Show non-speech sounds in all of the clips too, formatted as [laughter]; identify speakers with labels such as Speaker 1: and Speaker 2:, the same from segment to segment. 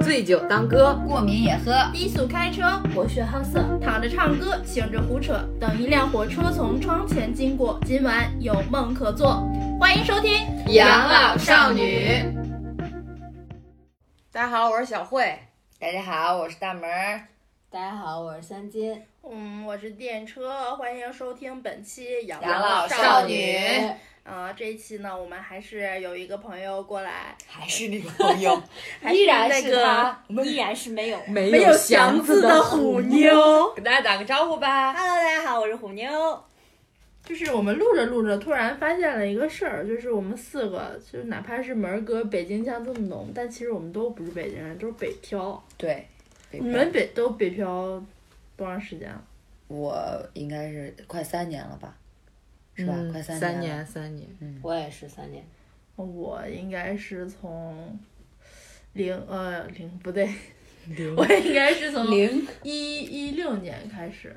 Speaker 1: 醉酒当歌，
Speaker 2: 过敏也喝。
Speaker 3: 低速开车，博学好色，躺着唱歌，醒着胡扯。等一辆火车从窗前经过，今晚有梦可做。欢迎收听《
Speaker 1: 养老少女》。大家好，我是小慧。
Speaker 2: 大家好，我是大门儿。
Speaker 4: 大家好，我是三金。
Speaker 3: 嗯，我是电车，欢迎收听本期《养
Speaker 2: 养老
Speaker 3: 少
Speaker 2: 少女
Speaker 3: 啊、这一期呢，我们还是有一个朋友过来，
Speaker 2: 还是那个朋 [laughs] 友，
Speaker 3: 还
Speaker 4: 依然
Speaker 3: 那
Speaker 4: 是
Speaker 3: 个
Speaker 4: 他，依然是没有。
Speaker 1: 没
Speaker 3: 没有祥子的虎妞。
Speaker 2: 给大家打个招呼吧。
Speaker 4: Hello，大家好，我是虎妞。
Speaker 3: 就是我们录着录着，突然发现了一个事儿，就是我们四个，就是哪怕是门儿哥北京腔这么浓，但其实我们都不是北京人，都是北漂。
Speaker 2: 对，北
Speaker 3: 你们北都北漂多长时间啊？
Speaker 2: 我应该是快三年了吧，是吧？
Speaker 1: 嗯
Speaker 2: 快
Speaker 1: 三
Speaker 2: 三了
Speaker 1: 年，三年。
Speaker 4: 我也是三年，
Speaker 3: 我应该是从零呃零不对，我应该是从
Speaker 4: 零
Speaker 3: 一一六年开始，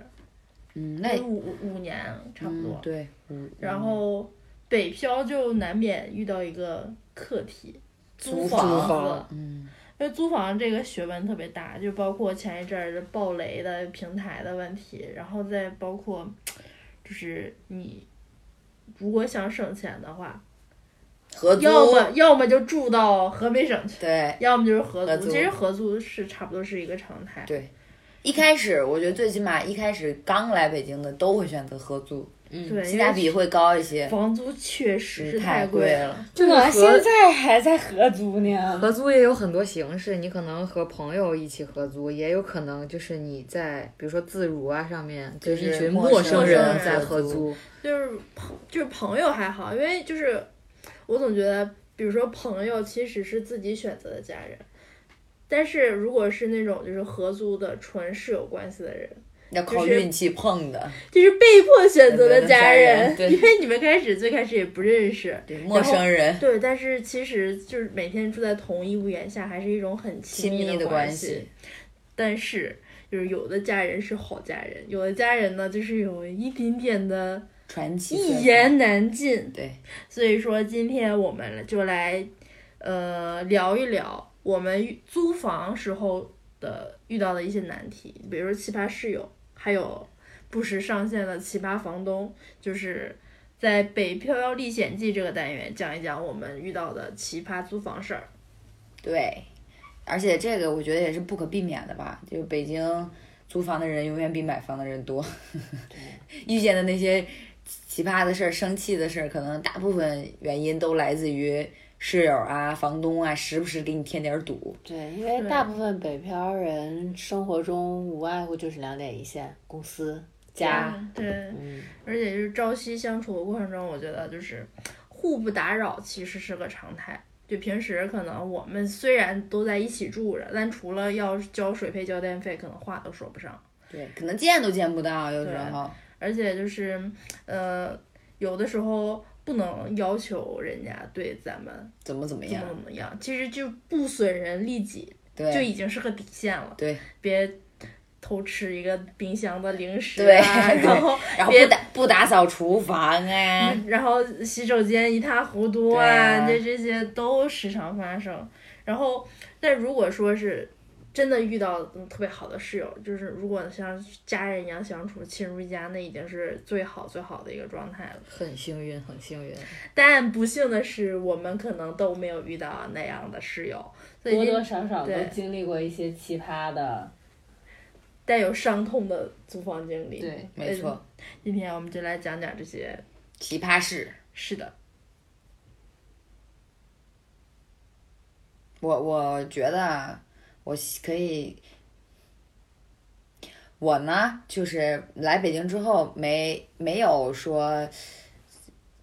Speaker 2: 嗯，那
Speaker 3: 就是五五年差不多
Speaker 2: 嗯。对，嗯
Speaker 3: 然后北漂就难免遇到一个课题，租
Speaker 2: 租
Speaker 3: 房子。
Speaker 1: 房
Speaker 2: 嗯，
Speaker 3: 因为租房这个学问特别大，就包括前一阵儿的暴雷的平台的问题，然后再包括，就是你如果想省钱的话，
Speaker 2: 合租
Speaker 3: 要么要么就住到河北省去，
Speaker 2: 对
Speaker 3: 要么就是合
Speaker 2: 合
Speaker 3: 租。
Speaker 2: 租
Speaker 3: 其实合租是差不多是一个常态。
Speaker 2: 对。一开始我觉得最起码一开始刚来北京的都会选择合租，
Speaker 3: 对，
Speaker 2: 性
Speaker 3: 因
Speaker 2: 价
Speaker 3: 为
Speaker 2: 比会高一些，
Speaker 3: 房租确实是
Speaker 2: 太
Speaker 3: 嗯贵
Speaker 2: 了。。
Speaker 1: 就是
Speaker 4: 我
Speaker 1: 合
Speaker 4: 现在还在合租呢。
Speaker 1: 合租也有很多形式，你可能和朋友一起合租，也有可能就是你在比如说自如啊上面
Speaker 2: 就
Speaker 1: 跟
Speaker 2: 是
Speaker 1: 一群
Speaker 2: 陌
Speaker 1: 陌
Speaker 2: 生
Speaker 1: 生
Speaker 3: 人
Speaker 1: 人在
Speaker 2: 合
Speaker 1: 合
Speaker 2: 租
Speaker 1: 租。
Speaker 3: 就是朋就是朋友还好，因为就是我总觉得，比如说朋友其实是自己选择的家人，但是如果是那种就是合租的纯室友关系的人，
Speaker 2: 要
Speaker 3: 就
Speaker 2: 靠
Speaker 3: 是
Speaker 2: 运气碰的，
Speaker 3: 就是被迫选择的家人，
Speaker 2: 对
Speaker 3: 因为你们开始最开始也不认识。
Speaker 2: 对陌生人
Speaker 3: 对，但是其实就是每天住在同一屋檐下，还是一种很
Speaker 2: 亲
Speaker 3: 亲
Speaker 2: 密
Speaker 3: 的
Speaker 2: 的
Speaker 3: 关
Speaker 2: 关系，
Speaker 3: 但是，就是有的家人是好家人，有的家人呢，就是有一点点的
Speaker 2: 传奇色彩
Speaker 3: 一言难尽。
Speaker 2: 对，
Speaker 3: 所以说，今天我们就来，呃，聊一聊我们遇租房时候的遇到的一些难题，比如说奇葩室友，还有不时上线的奇葩房东，就是在《北漂妖历险记》这个单元讲一讲我们遇到的奇葩租房事儿。
Speaker 2: 对，而且这个我觉得也是不可避免的吧，就是北京租房的人永远比买房的人多， [laughs] 遇见的那些奇葩的事儿、生气的事儿，可能大部分原因都来自于室友啊、房东啊，时不时给你添点儿堵。
Speaker 4: 对，因为大部分北漂人生活中无外乎就是两点一线：公司、家。
Speaker 3: 嗯，对，
Speaker 4: 嗯，
Speaker 3: 而且就是朝夕相处的过程中，我觉得就是互不打扰其实是个常态。就平时可能我们虽然都在一起住着，但除了要交水费、交电费，可能话都说不上。
Speaker 2: 对，可能见都见不到，有时候
Speaker 3: 而且就是，呃，有的时候不能要求人家对咱们
Speaker 2: 怎么怎么
Speaker 3: 怎
Speaker 2: 样
Speaker 3: 么，怎么样，其实就不损人利己就
Speaker 2: 对
Speaker 3: 已经是个底线了。
Speaker 2: 对，
Speaker 3: 别偷吃一个冰箱的零食
Speaker 2: 对 [laughs]
Speaker 3: 啊，
Speaker 2: 对
Speaker 3: 然后
Speaker 2: 然后
Speaker 3: 别
Speaker 2: 不打不打扫厨房啊，
Speaker 3: [laughs] 然后洗手间一塌糊涂
Speaker 2: 对啊
Speaker 3: 啊，这这些都时常发生。然后，但如果说是真的遇到嗯特别好的室友，就是如果像家人一样相处，亲如一家，那已经是最好最好的一个状态了。
Speaker 1: 很幸运，很幸运。
Speaker 3: 但不幸的是，我们可能都没有遇到那样的室友，所
Speaker 4: 多
Speaker 3: 以
Speaker 4: 多
Speaker 3: 就
Speaker 4: 少少都
Speaker 3: 对
Speaker 4: 经历过一些奇葩的。
Speaker 3: 带有伤痛的租房经历。，
Speaker 4: 对，
Speaker 2: 没错，
Speaker 3: 今天我们就来讲讲这些。
Speaker 2: 奇葩事。
Speaker 3: 是的，
Speaker 2: 我我觉得啊我希可以，我呢就是来北京之后没没有说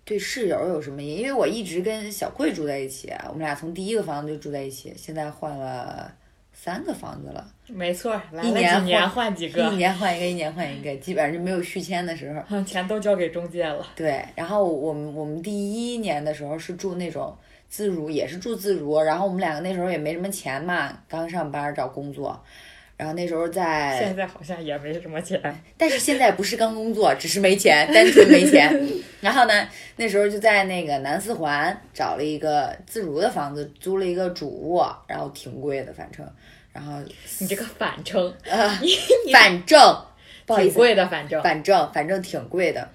Speaker 2: 对室友有什么因，因为我一直跟小慧住在一起啊，我们俩从第一个房子就住在一起，现在换了三个房子了，
Speaker 5: 没错儿，来
Speaker 2: 一
Speaker 5: 了
Speaker 2: 年
Speaker 5: 几年
Speaker 2: 换
Speaker 5: 换几
Speaker 2: 一
Speaker 5: 个，
Speaker 2: 年换一个，一年换一个，基本上就没有续签的时候。
Speaker 5: 钱都交给中介了。
Speaker 2: 对，然后我们我们第一年的时候是住那种自如，也是住自如，然后我们两个那时候也没什么钱嘛，刚上班儿找工作，然后那时候在
Speaker 1: 现在好像也没什么钱，
Speaker 2: 但是现在不是刚工作，只是没钱，单纯没
Speaker 1: [laughs]
Speaker 2: 钱。然后呢，那时候就在那个南四环找了一个自如的房子，租了一个主卧，然后挺贵的，反正，然后
Speaker 1: 你这个反称
Speaker 2: 反正不好意
Speaker 1: 挺
Speaker 2: 思，
Speaker 1: 贵的，反正
Speaker 2: 反正反正挺贵的，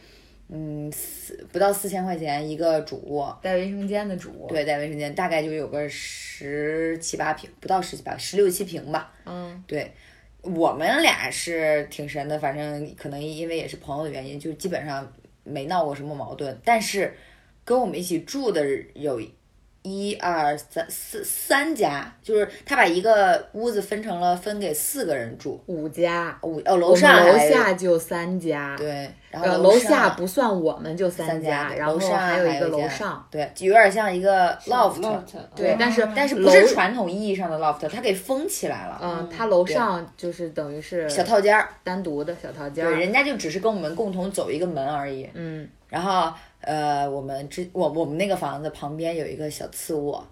Speaker 2: 嗯，四不到四千块钱一个主卧，
Speaker 1: 带卫生间的主，，
Speaker 2: 对，在卫生间大概就有个十七八平，不到十七八，十六七平吧。
Speaker 1: 嗯，
Speaker 2: 对，我们俩是挺神的，反正可能因为也是朋友的原因，就基本上没闹过什么矛盾。但是跟我们一起住的有一二三四三家，就是他把一个屋子分成了分给四个人住，
Speaker 1: 五家，
Speaker 2: 五哦
Speaker 1: 我
Speaker 2: 楼
Speaker 1: 们
Speaker 2: 上
Speaker 1: 楼
Speaker 2: 还有
Speaker 1: 下就三家，
Speaker 2: 对，然
Speaker 1: 呃，
Speaker 2: 后
Speaker 1: 楼
Speaker 2: 上
Speaker 1: 下不算我们就
Speaker 2: 三
Speaker 1: 家，
Speaker 2: 对
Speaker 1: 然
Speaker 2: 楼
Speaker 1: 后
Speaker 2: 上
Speaker 1: 还有一个
Speaker 2: 一
Speaker 1: 楼
Speaker 2: 家
Speaker 1: 上，
Speaker 2: 对，有点像一个
Speaker 4: 哦
Speaker 2: loft。
Speaker 4: 嗯
Speaker 1: 对，但是
Speaker 2: 但是不
Speaker 1: 嗯楼
Speaker 2: 是传统意义上的 loft，它给封起来了，
Speaker 1: 嗯，它楼上就是等于是
Speaker 2: 小套间儿，
Speaker 1: 单独的小套间
Speaker 2: 对，
Speaker 1: 儿，
Speaker 2: 人家就只是跟我们共同走一个门而已。
Speaker 1: 嗯，
Speaker 2: 然后呃，我们之我我们那个房子旁边有一个小次卧，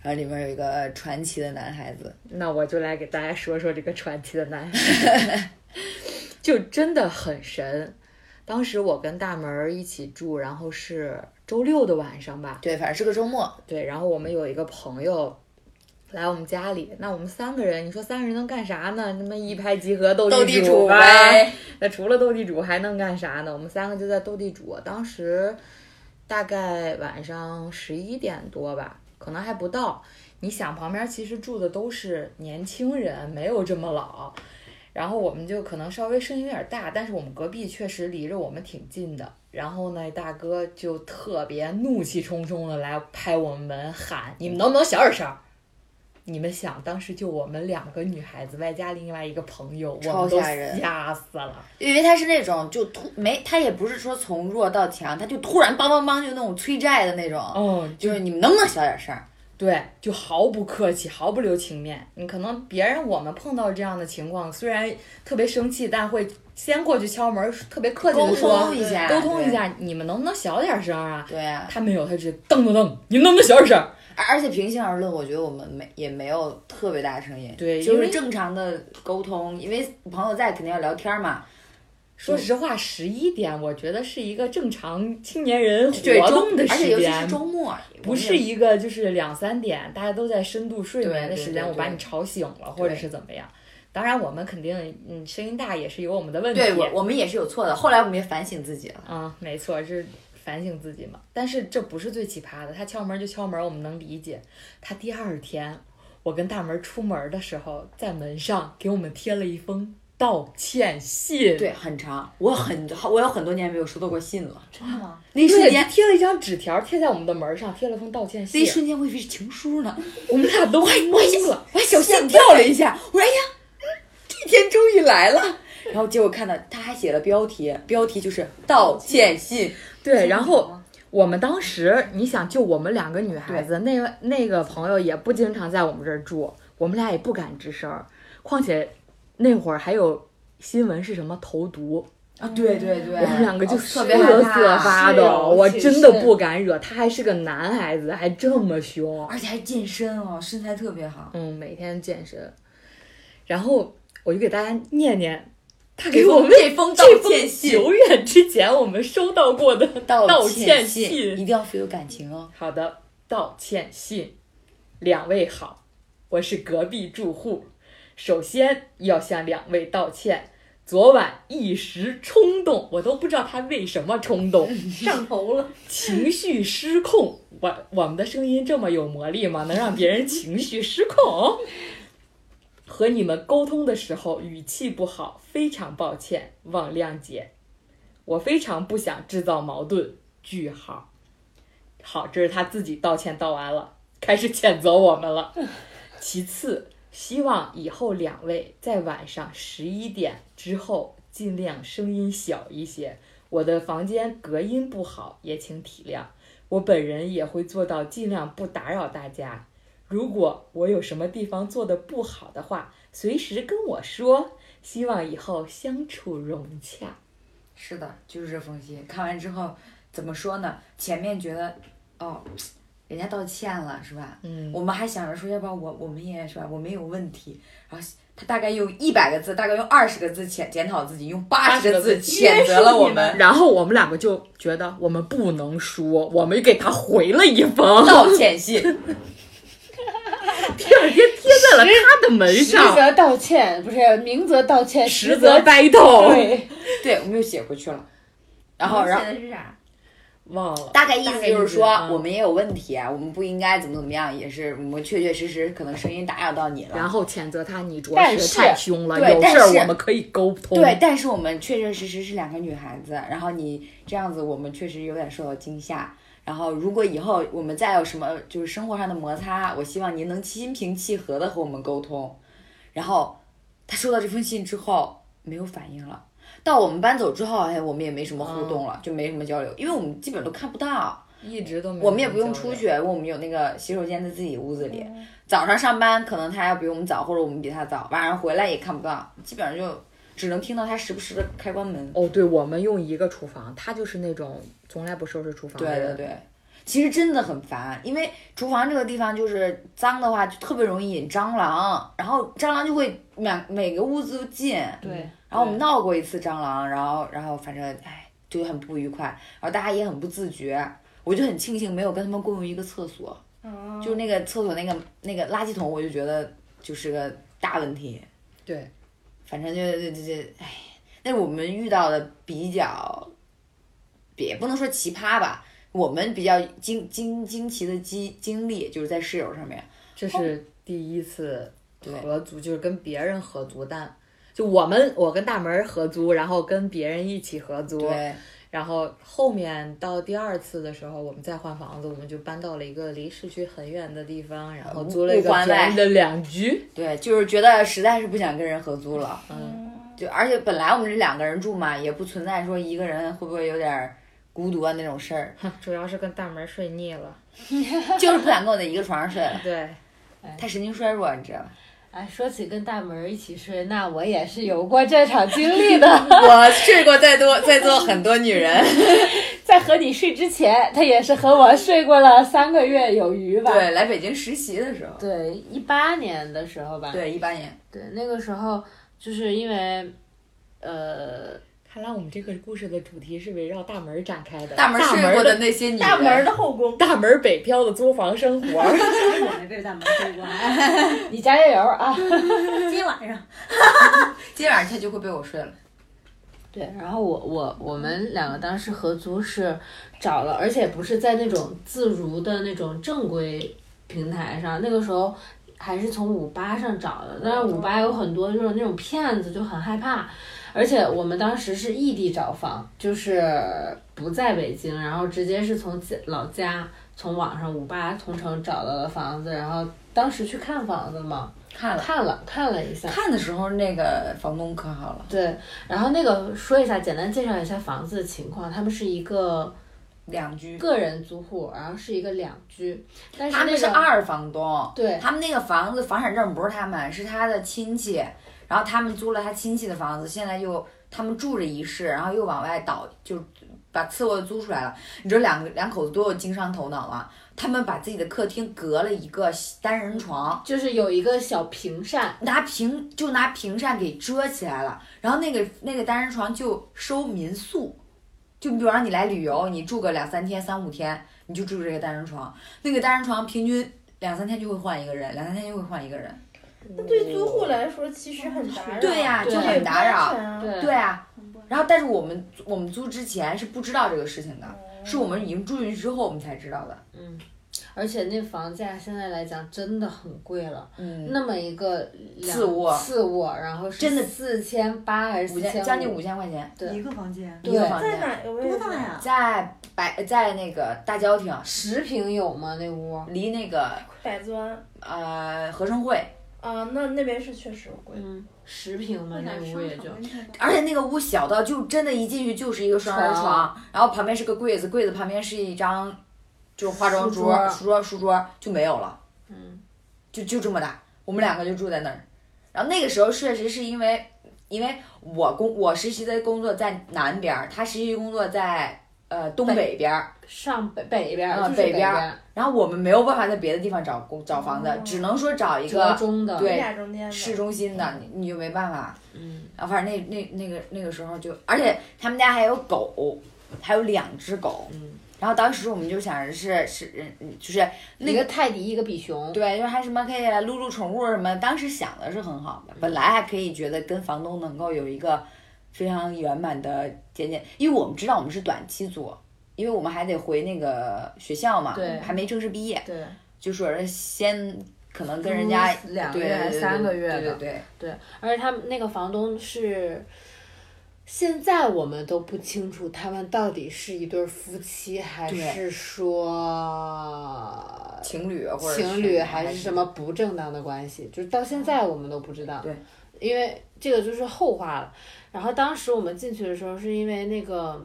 Speaker 2: 然后里面有一个传奇的男孩子，
Speaker 1: 那我就来给大家说说这个传奇的男孩， [laughs] 就真的很神。当时我跟大门儿一起住，然后是周六的晚上吧，
Speaker 2: 对，反正是个周末，
Speaker 1: 对，然后我们有一个朋友来我们家里，那我们三个人，你说三个人能干啥呢？他妈一拍即合斗
Speaker 2: 斗
Speaker 1: 地哎
Speaker 2: 地主哎
Speaker 1: 吧。
Speaker 2: 呗。
Speaker 1: 那除了斗地主还能干啥呢？我们三个就在斗地主，当时大概晚上十一点多吧，可能还不到。你想旁边其实住的都是年轻人，没有这么老。然后我们就可能稍微声音有点大，但是我们隔壁确实离着我们挺近的。然后那大哥就特别怒气冲冲的来拍我们门喊：“你们能不能小点声儿？”你们想，当时就我们两个女孩子，外加另外一个朋友，我
Speaker 2: 超
Speaker 1: 们都
Speaker 2: 吓人
Speaker 1: 吓死了。
Speaker 2: 因为他是那种就突没，他也不是说从弱到强，他就突然梆梆梆就那种催债的那种，
Speaker 1: 哦，
Speaker 2: 就是你们能不能小点声儿？
Speaker 1: 对，就毫不客气，毫不留情面。你可能别人我们碰到这样的情况，虽然特别生气，但会先过去敲门，特别客气
Speaker 2: 沟
Speaker 1: 的说
Speaker 2: 通，一下，
Speaker 1: 沟通一下，你们能不能小点声啊？
Speaker 2: 对。对啊，
Speaker 1: 他没有，他直接噔噔噔，你们能不能小点声？
Speaker 2: 而而且平心而论，我觉得我们没也没有特别大的声音，
Speaker 1: 对
Speaker 2: 就
Speaker 1: 因
Speaker 2: 是
Speaker 1: 为
Speaker 2: 正常的沟通，因为朋友在肯定要聊天嘛，
Speaker 1: 说实话，十一点我觉得是一个正常青年人
Speaker 2: 对
Speaker 1: 活
Speaker 2: 周
Speaker 1: 动的
Speaker 2: 而且
Speaker 1: 时
Speaker 2: 尤其
Speaker 1: 间
Speaker 2: 是，周末，
Speaker 1: 不是一个就是两三点大家都在深度睡眠的
Speaker 2: 对对
Speaker 1: 时
Speaker 2: 对
Speaker 1: 间，我把
Speaker 2: 对
Speaker 1: 你吵醒了，或者
Speaker 2: 对
Speaker 1: 是怎么样。当然，我们肯定，嗯，声音大也是有我们的问题。
Speaker 2: 对我我们也是有错的，后来我们也反省自己了，
Speaker 1: 啊，没错，是反省自己嘛。但是这不是最奇葩的，他敲门就敲门，我们能理解。他第二天，我跟大门出门的时候，在门上给我们贴了一封道歉信。
Speaker 2: 对，很长，我很我有很多年没有收到过信了，
Speaker 3: 真的吗？
Speaker 2: 那一瞬
Speaker 1: 对
Speaker 2: 间
Speaker 1: 就，贴了一张纸条，贴在我们的门上，贴了封道歉
Speaker 2: 那一
Speaker 1: 信。
Speaker 2: 瞬间我以为是情书呢，
Speaker 1: 我们俩都懵了。
Speaker 2: 我还小心跳了一下，我说哎呀，这天终于来
Speaker 1: [laughs]
Speaker 2: 了。然后结果看到他还写了标题，标题就是道歉信，
Speaker 1: 对，然后我们当时，你想，就我们两个女孩子，那位那个朋友也不经常在我们这儿住，我们俩也不敢吱声儿。况且那会儿还有新闻是什么投毒，
Speaker 2: 啊，对对对，哦
Speaker 1: 我们两个就
Speaker 2: 特
Speaker 1: 瑟
Speaker 2: 别害
Speaker 1: 瑟
Speaker 2: 怕，
Speaker 1: 发
Speaker 4: 是
Speaker 1: 抖，
Speaker 4: 尤
Speaker 1: 我
Speaker 4: 其
Speaker 1: 真的
Speaker 4: 是
Speaker 1: 不敢惹他，还是个男孩子，还这么凶。
Speaker 2: 而且还健身哦，身材特别好。
Speaker 1: 嗯，每天健身，然后我就给大家念念。他给我们这
Speaker 2: 封
Speaker 1: 这封久远之前我们收到过的
Speaker 2: 道
Speaker 1: 歉
Speaker 2: 信
Speaker 1: 信
Speaker 2: 一定要富有感情哦。
Speaker 1: 好的，道歉信。两位好，我是隔壁住户，首先要向两位道歉。昨晚一时冲动，我都不知道他为什么冲动，
Speaker 3: [laughs] 上头了，
Speaker 1: 情绪失控。我我们的声音这么有魔力吗？能让别人情绪失控？ [laughs] 和你们沟通的时候语气不好，非常抱歉，望谅解。我非常不想制造矛盾。句号。好，这是他自己道歉道完了，开始谴责我们了。其次，希望以后两位在晚上十一点之后尽量声音小一些。我的房间隔音不好，也请体谅。我本人也会做到尽量不打扰大家。如果我有什么地方做的不好的话，随时跟我说。希望以后相处融洽。
Speaker 2: 是的，就是这封信。看完之后怎么说呢？前面觉得哦，人家道歉了，是吧？
Speaker 1: 嗯，
Speaker 2: 我们还想着说，要不然我我们也是吧，我们有问题。然后他大概用一百个字，大概用二十个字检检讨自己，用八十个字谴责了我们，
Speaker 1: 然后我们两个就觉得我们不能输，我们给他回了一封，
Speaker 2: 道歉信。
Speaker 1: [laughs] 第二天贴在了他的门
Speaker 4: 实
Speaker 1: 上，
Speaker 4: 则道歉，不是明则道歉，
Speaker 1: 实
Speaker 4: 实
Speaker 1: 则 battle。
Speaker 4: 对，
Speaker 2: 对，我们又写回去了。然
Speaker 3: 然后
Speaker 2: 后，然后
Speaker 3: 写的是啥？
Speaker 1: 忘了，
Speaker 2: 大概意思就是说
Speaker 1: 大概意思嗯，
Speaker 2: 我们也有问题啊，我们不应该怎么怎么样，也是我们确确实实可能声音打扰到你
Speaker 1: 然
Speaker 2: 了。
Speaker 1: 后谴责他，你着
Speaker 2: 但
Speaker 1: 实
Speaker 2: 是
Speaker 1: 太凶了，
Speaker 2: 对
Speaker 1: 有
Speaker 2: 但
Speaker 1: 事儿
Speaker 2: 是
Speaker 1: 我们可以沟通。
Speaker 2: 对，，但是我们确确实实是两个女孩子，然后你这样子，我们确实有点受到惊吓。然后，如果以后我们再有什么就是生活上的摩擦，我希望您能心平气和的和我们沟通。然后他收到这封信之后没有反应了，到我们搬走之后，哎，我们也没什么互动了，
Speaker 1: 嗯
Speaker 2: 就没什么交流，因为我们基本都看不到。
Speaker 1: 一直都没有
Speaker 2: 我们也不用
Speaker 1: 交流
Speaker 2: 出去，因为我们有那个洗手间在自己屋子里。早上上班可能他要比我们早，或者我们比他早，晚上回来也看不到，基本上就只能听到他时不时的开关门。
Speaker 1: 哦，对，我们用一个厨房，他就是那种从来不收拾厨房
Speaker 2: 对
Speaker 1: 的
Speaker 2: 对
Speaker 1: 人。
Speaker 2: 对，其实真的很烦，因为厨房这个地方就是脏的话，就特别容易引蟑螂，然后蟑螂就会每每个屋子都进。
Speaker 4: 对
Speaker 2: 然后我们闹过一次蟑螂，然后然后反正哎就很不愉快，然后大家也很不自觉，我就很庆幸没有跟他们共用一个厕所。
Speaker 3: 哦
Speaker 2: 就是那个厕所那个那个垃圾桶，我就觉得就是个大问题。
Speaker 1: 对，
Speaker 2: 反正就就就就，哎，那是我们遇到的比较，也不能说奇葩吧，我们比较惊惊惊奇的经经历，就是在室友上面。
Speaker 1: 这是第一次
Speaker 2: 对
Speaker 1: 合租，就是跟别人合租，但就我们我跟大门儿合租，然后跟别人一起合租，
Speaker 2: 对，
Speaker 1: 然后后面到第二次的时候，我们再换房子，我们就搬到了一个离市区很远的地方，然后
Speaker 2: 物
Speaker 1: 租了一
Speaker 2: 物
Speaker 1: 个
Speaker 2: 环
Speaker 1: 便
Speaker 2: 外
Speaker 1: 宜的两 [laughs] 居。
Speaker 2: 对，就是觉得实在是不想跟人合租了。
Speaker 3: 嗯
Speaker 2: 就而且本来我们是两个人住嘛，也不存在说一个人会不会有点儿孤独啊那种事儿，
Speaker 1: 主要是跟大门儿睡腻了，
Speaker 2: 就是不想跟我在一个床上睡，
Speaker 1: 对，
Speaker 2: 他神经衰弱，你知道吗？
Speaker 4: 哎，说起跟大门儿一起睡，那我也是有过这场经历
Speaker 2: [laughs]
Speaker 1: [laughs]
Speaker 4: 的。
Speaker 2: 我睡过再多在座很多女人。
Speaker 4: 在和你睡之前，他也是和我睡过了三个月有余吧？
Speaker 2: [laughs] 对，来北京实习的时候，
Speaker 4: 对，一八年的时候吧。
Speaker 2: 对，一八年，
Speaker 4: 对，那个时候就是因为，呃，
Speaker 1: 看来我们这个故事的主题是围绕大门儿展开的。
Speaker 2: 大门
Speaker 1: 大门
Speaker 2: 睡
Speaker 1: 儿
Speaker 2: 过的
Speaker 1: 的
Speaker 2: 那些女人，
Speaker 3: 大门儿的后宫，
Speaker 1: 大门儿北漂的租房生活， [laughs]
Speaker 5: [laughs] 我没被大门追过， [laughs]
Speaker 4: 你加加油啊！
Speaker 5: 今晚上
Speaker 2: 今晚上他就会被我睡了。
Speaker 4: 对，然后我我我们两个当时合租是找了，而且不是在那种自如的那种正规平台上，那个时候还是从五八上找的，但是五八有很多就是那种骗子，就很害怕。而且我们当时是异地找房，就是不在北京，然后直接是从家老家从网上五八同城找到了房子，然后当时去看房子嘛，
Speaker 2: 看了，
Speaker 4: 看了看了一下，
Speaker 2: 看的时候那个房东可好了，
Speaker 4: 对，然后那个说一下，简单介绍一下房子的情况。他们是一个
Speaker 2: 两居，
Speaker 4: 个人租户，然后是一个两居，但是
Speaker 2: 他
Speaker 4: 那
Speaker 2: 们是
Speaker 4: 个
Speaker 2: 二房东，
Speaker 4: 对
Speaker 2: 他们那个房子房产证不是他们，是他的亲戚，然后他们租了他亲戚的房子，现在又他们住着一室，然后又往外倒，就把次卧租出来了。你知道两个两口子多有经商头脑吗？他们把自己的客厅隔了一个单人床。
Speaker 4: 就是有一个小屏扇，
Speaker 2: 拿屏就拿屏扇给遮起来了，然后那个那个单人床就收民宿，就比方你来旅游，你住个两三天、三五天，你就住这个单人床。那个单人床平均两三天就会换一个人，两三天就会换一个人。
Speaker 3: 那对租户来说其实很打扰，
Speaker 2: 对呀
Speaker 4: 就
Speaker 2: 很打扰
Speaker 3: 对，
Speaker 2: 对啊，然后但是我们我们租之前是不知道这个事情的，
Speaker 3: 嗯
Speaker 2: 是我们已经住进去之后我们才知道的。
Speaker 4: 嗯，而且那房价现在来讲真的很贵了。
Speaker 2: 嗯，
Speaker 4: 那么一个两
Speaker 2: 次卧
Speaker 4: 次卧，然后是
Speaker 2: 真的
Speaker 4: 四千八还是
Speaker 2: 五
Speaker 4: 四
Speaker 2: 千
Speaker 4: 千
Speaker 2: 将近五千块钱
Speaker 4: 对
Speaker 5: 一个房间，
Speaker 2: 一个
Speaker 4: 对
Speaker 2: 房
Speaker 3: 在
Speaker 2: 间，
Speaker 3: 哪个位置？
Speaker 5: 多大？
Speaker 1: 啊
Speaker 5: 呀？
Speaker 2: 在百在那个大郊亭，
Speaker 4: 十平有吗？那屋？
Speaker 2: 离那个
Speaker 3: 百子湾
Speaker 2: 呃合生汇。
Speaker 3: 啊，那那边是确实贵。
Speaker 4: 嗯，十平吗？那屋也就
Speaker 2: 而且那个屋小到就真的一进去就是一个双人床
Speaker 4: 床，
Speaker 2: 然后旁边是个柜子，柜子旁边是一张就是化妆
Speaker 4: 书
Speaker 2: 桌、
Speaker 4: 桌
Speaker 2: 书桌、书桌就没有了，
Speaker 4: 嗯，
Speaker 2: 就就这么大，我们两个就住在那儿。然后那个时候确实是因为，因为我工我实习的工作在南边儿，他实习工作在呃东北边儿，
Speaker 4: 上北北边
Speaker 2: 啊
Speaker 4: 儿，就是
Speaker 2: 北边
Speaker 4: 边
Speaker 2: 儿
Speaker 4: 儿，
Speaker 2: 然后我们没有办法在别的地方找工找房子
Speaker 3: 哦，
Speaker 2: 只能说找一
Speaker 4: 折
Speaker 2: 个
Speaker 4: 中的，
Speaker 2: 对
Speaker 3: 你俩中间的
Speaker 2: 市中心的，你你就没办法。
Speaker 4: 嗯，
Speaker 2: 啊，反正那那那个那个时候就，而且他们家还有狗，还有两只狗。
Speaker 4: 嗯。
Speaker 2: 然后当时我们就想着是是，嗯就是那
Speaker 4: 一
Speaker 2: 个
Speaker 4: 个泰迪，一个比熊，
Speaker 2: 对，就是还什么可以啊撸撸宠物什么，当时想的是很好的，
Speaker 4: 嗯
Speaker 2: 本来还可以觉得跟房东能够有一个非常圆满的简简，因为我们知道我们是短期租，因为我们还得回那个学校嘛，
Speaker 4: 对
Speaker 2: 还没正式毕业，
Speaker 4: 对，
Speaker 2: 就说是先可能跟人家
Speaker 4: 租两个
Speaker 2: 对
Speaker 4: 月
Speaker 2: 对
Speaker 4: 还
Speaker 2: 对
Speaker 4: 是三个月
Speaker 2: 对对
Speaker 4: 的，
Speaker 2: 对，
Speaker 4: 而且他们那个房东是，现在我们都不清楚他们到底是一对夫妻，还
Speaker 2: 对
Speaker 4: 是说
Speaker 2: 呃情侣或者
Speaker 4: 情侣，还
Speaker 2: 还
Speaker 4: 是什么不正当的关系，就是到现在我们都不知道。
Speaker 2: 嗯对，
Speaker 4: 因为这个就是后话了。然后当时我们进去的时候，是因为那个。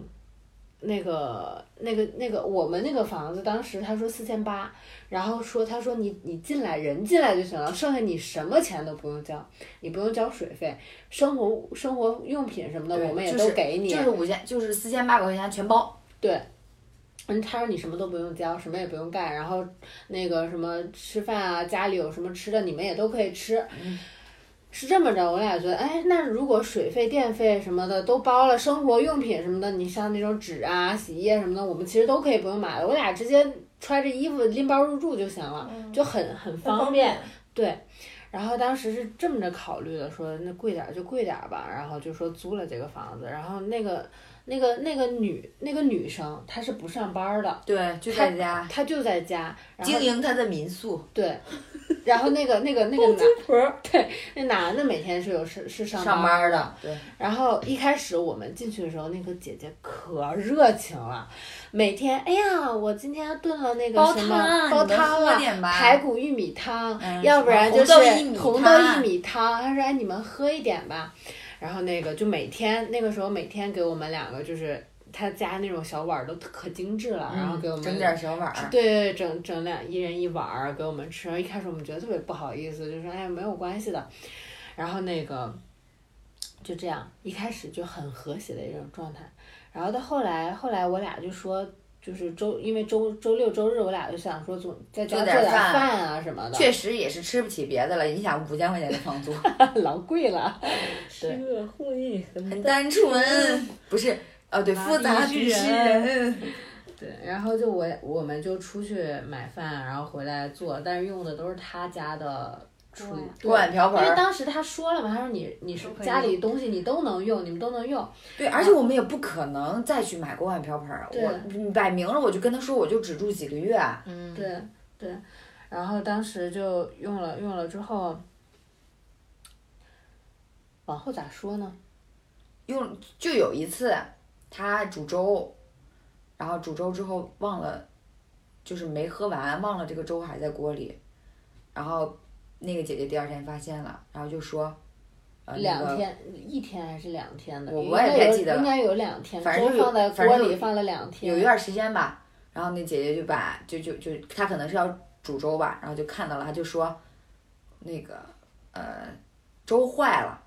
Speaker 4: 那个、那个、那个，我们那个房子当时他说四千八，然后说他说你你进来人进来就行了，剩下你什么钱都不用交，你不用交水费，生活生活用品什么的
Speaker 2: 对
Speaker 4: 我们也
Speaker 2: 就
Speaker 4: 都
Speaker 2: 是
Speaker 4: 给你。
Speaker 2: 就是五千，就是四千八百块钱全包。
Speaker 4: 嗯，他说你什么都不用交，什么也不用干，然后那个什么吃饭啊，家里有什么吃的，你们也都可以吃。是这么着，我俩觉得，哎，那如果水费、电费什么的都包了，生活用品什么的，你像那种纸啊、洗衣液什么的，我们其实都可以不用买了，我俩直接揣着衣服拎包入住就行了，
Speaker 3: 嗯
Speaker 4: 就很很
Speaker 3: 方
Speaker 4: 方便。。对，然后当时是这么着考虑的，说那贵点儿就贵点儿吧，然后就说租了这个房子，然后那个那个那个女那个女生她是不上班儿的，
Speaker 2: 对，就
Speaker 4: 他
Speaker 2: 在家
Speaker 4: 她就在家，然后
Speaker 2: 经营他的民宿，
Speaker 4: 对，然后那个那个那个男对那男的每天是有是是上
Speaker 2: 上
Speaker 4: 班
Speaker 2: 班
Speaker 4: 儿的，
Speaker 2: 的，对，
Speaker 4: 然后一开始我们进去的时候，那个姐姐可热情了，每天哎呀，我今天炖了那
Speaker 2: 煲
Speaker 4: 个什么
Speaker 2: 汤啊
Speaker 4: 煲
Speaker 2: 你们
Speaker 4: 汤
Speaker 2: 喝
Speaker 4: 了
Speaker 2: 点，吧
Speaker 4: 排骨玉米汤，
Speaker 2: 嗯
Speaker 4: 要不然就是
Speaker 2: 红豆薏米
Speaker 4: 红豆
Speaker 2: 汤啊
Speaker 4: 薏米汤。她说哎，你们喝一点吧。然后那个就每天那个时候每天给我们两个就是她家那种小碗儿都可精致了，然后给我们
Speaker 2: 嗯整点小碗儿，
Speaker 4: 对对，对整整两一人一碗儿给我们吃。一开始我们觉得特别不好意思，就说哎呀没有关系的。然后那个就这样，一开始就很和谐的一种状态。然后到后来，后来我俩就说，就是周因为周周六周日我俩就想说总在家
Speaker 2: 做
Speaker 4: 做
Speaker 2: 点
Speaker 4: 点
Speaker 2: 饭
Speaker 4: 饭啊什么的，
Speaker 2: 确实也是吃不起别的了。你想五千块钱的房
Speaker 4: [laughs]
Speaker 2: 租， [laughs]
Speaker 4: 老贵了。对
Speaker 1: 社会
Speaker 2: 很
Speaker 1: 很
Speaker 2: 单
Speaker 4: 嗯
Speaker 2: 纯，不是？哦，对，复杂
Speaker 4: 麻痹
Speaker 2: 之
Speaker 4: 嗯
Speaker 2: 人，
Speaker 4: 对，然后就我我们就出去买饭，然后回来做，但是用的都是他家的厨
Speaker 5: 锅呀
Speaker 4: 对
Speaker 2: 锅碗瓢
Speaker 4: 因为
Speaker 2: 盆儿。
Speaker 4: 当时他说了嘛，他说你你是
Speaker 5: 都可以
Speaker 4: 家里东西你都能用，你们都能用，
Speaker 2: 对，而且我们也不可能再去买锅碗瓢盆儿，
Speaker 4: 对
Speaker 2: 我摆明了我就跟他说，我就只住几个月，
Speaker 1: 嗯，
Speaker 4: 对对。然后当时就用了用了之后，往后咋说呢？
Speaker 2: 用就有一次，他煮粥，然后煮粥之后忘了，就是没喝完，忘了这个粥还在锅里，然后那个姐姐第二天发现了，然后就说，呃，
Speaker 4: 两
Speaker 2: 那个、
Speaker 4: 天一天还是两天的？
Speaker 2: 我
Speaker 4: 应
Speaker 2: 我也
Speaker 4: 该
Speaker 2: 不太
Speaker 4: 有
Speaker 2: 记得了
Speaker 4: 应该有两天，
Speaker 2: 反正就
Speaker 4: 粥放在
Speaker 2: 反正
Speaker 4: 锅
Speaker 2: 就
Speaker 4: 里放了两天，
Speaker 2: 有一段时间吧，然后那姐姐就把就就就她可能是要煮粥吧，然后就看到了，她就说，那个呃，粥坏了，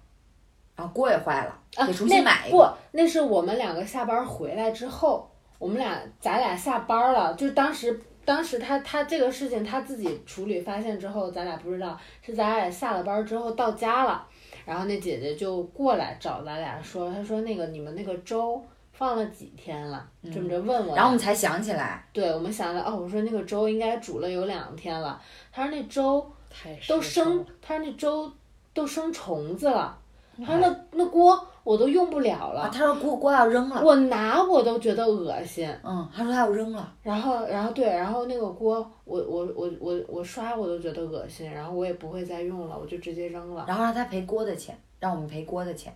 Speaker 2: 然后锅也坏了，
Speaker 4: 啊
Speaker 2: 得重新买
Speaker 4: 那
Speaker 2: 一个。
Speaker 4: 不，那是我们两个下班回来之后，我们俩咱俩下班了，就当时。当时他他这个事情他自己处理发现之后，咱俩不知道是咱俩下了班之后到家了，然后那姐姐就过来找咱俩说，她说那个你们那个粥放了几天了，这么着问我俩，
Speaker 2: 嗯然后我们才想起来，
Speaker 4: 对我们想了哦，我说那个粥应该煮了有两天了，她说那粥
Speaker 1: 太
Speaker 4: 都
Speaker 1: 社
Speaker 4: 生
Speaker 1: 会，
Speaker 4: 他说那粥都生虫子了，
Speaker 2: 嗯
Speaker 4: 他说那那锅我都用不了
Speaker 2: 啊，
Speaker 4: 了，
Speaker 2: 她说锅锅要扔了，
Speaker 4: 我拿我都觉得恶心。
Speaker 2: 嗯，她说她要扔了。
Speaker 4: 然后，然后对，然后那个锅，我我我我我刷我都觉得恶心，然后我也不会再用了，我就直接扔了。
Speaker 2: 然后让他赔锅的钱，让我们赔锅的钱。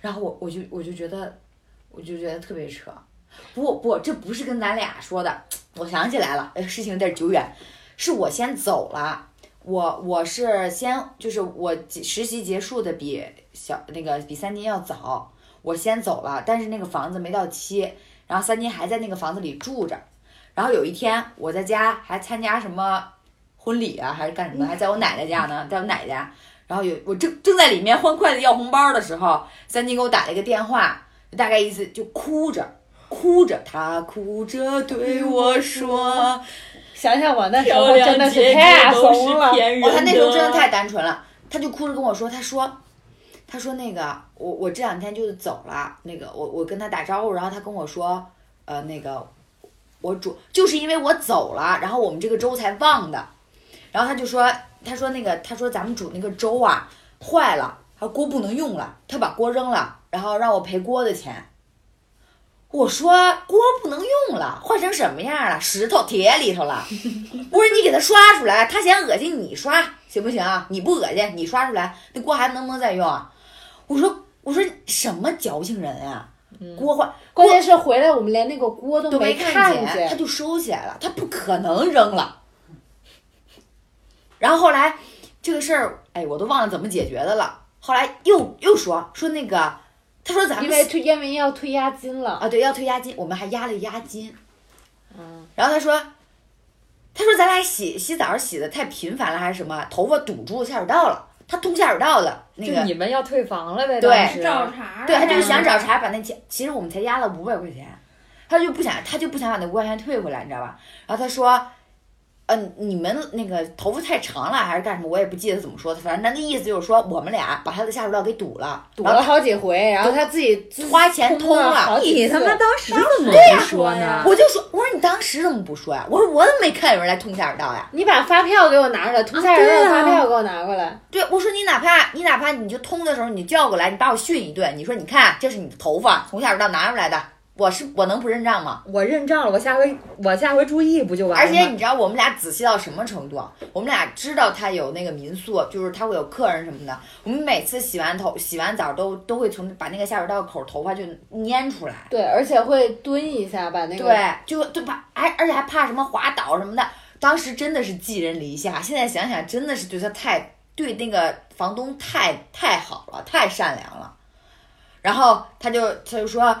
Speaker 2: 然后我我就我就觉得，我就觉得特别扯。不不，这不是跟咱俩说的，我想起来了，哎，事情有点久远，是我先走了。我我是先就是我实习结束的比小那个比三金要早，我先走了，但是那个房子没到期，然后三金还在那个房子里住着。然后有一天我在家还参加什么婚礼啊，还是干什么，还在我奶奶家呢，在我奶奶家。然后有我正正在里面欢快的要红包的时候，三金给我打了一个电话，大概意思就哭着，哭着，他哭着对我说，
Speaker 4: 想想我那时
Speaker 1: 漂
Speaker 4: 候
Speaker 1: 亮
Speaker 4: 真的
Speaker 1: 姐
Speaker 4: 是
Speaker 1: 姐
Speaker 4: 太
Speaker 1: 都
Speaker 4: 怂了
Speaker 1: 是，骗人的。
Speaker 2: 哦，他那时候真的太单纯了，他就哭着跟我说，他说。他说：“那个，我我这两天就是走了。那个，我我跟他打招呼，然后他跟我说，呃，那个，我主就是因为我走了，然后我们这个粥才忘的。然后他就说，他说那个，他说咱们煮那个粥啊坏了，他锅不能用了，他把锅扔了，然后让我赔锅的钱。我说锅不能用了，坏成什么样了？石头铁里头了。我说你给他刷出来，他嫌恶心，你刷行不行啊？你不恶心，你刷出来，那锅还能不能再用啊？我说我说什么矫情人啊！锅坏
Speaker 4: 关键是回来我们连那个锅嗯都
Speaker 2: 都没
Speaker 4: 看
Speaker 2: 见，他就收起来了，他不可能扔了。然后后来这个事儿，哎，我都忘了怎么解决的了。后来又又说说那个，他说咱
Speaker 4: 因
Speaker 2: 们
Speaker 4: 为退，因为要退押金了。
Speaker 2: [laughs] 啊，对，要退押金，我们还押了押金。嗯。然后他说，他说咱俩洗洗澡洗的太频繁了，还是什么，头发堵住下水道了。他通下水道了，那
Speaker 1: 就
Speaker 2: 个
Speaker 1: 你们要退房了呗？
Speaker 2: 对
Speaker 1: 当时
Speaker 3: 找茬儿
Speaker 2: 对他就是
Speaker 3: 啊
Speaker 2: 想找茬，把那钱，其实我们才押了五百块钱，他就不想，他就不想把那五百块钱退回来，你知道吧？然后他说，呃，你们那个头发太长了还是干什么？我也不记得怎么说的，反正他那意思就是说我们俩把他的下水道给堵了，
Speaker 4: 堵
Speaker 2: 然
Speaker 4: 了
Speaker 2: 后
Speaker 4: 好几回，然后他自己
Speaker 2: 他花钱通了。
Speaker 4: 你他妈
Speaker 1: 当时怎么不
Speaker 3: 说
Speaker 1: 说
Speaker 3: 呀
Speaker 1: 呢？
Speaker 2: 我就说，我说你当时怎么不说呀、我说我怎么没看有人来通下水道呀？
Speaker 4: 你把发票给我拿出来，
Speaker 2: 啊
Speaker 4: 涂下人的发票给我拿过来。
Speaker 2: 对，我说你哪怕你哪怕你就通的时候，你叫过来，你把我训一顿，你说你看这是你的头发从下水道拿出来的，我是我能不认账吗？
Speaker 1: 我认账了，我下回我下回注意不就完了
Speaker 2: 而
Speaker 1: 吗？
Speaker 2: 且你知道我们俩仔细到什么程度啊？我们俩知道他有那个民宿，就是他会有客人什么的。我们每次洗完头、洗完澡都都会从把那个下水道口头发就粘出来，
Speaker 4: 对，而且会蹲一下，把那个
Speaker 1: 啊
Speaker 2: 对，就就怕，还而且还怕什么滑倒什么的。当时真的是寄人篱下，现在想想真的是对他太对那个房东太太好了，太善良了。然后他就他就说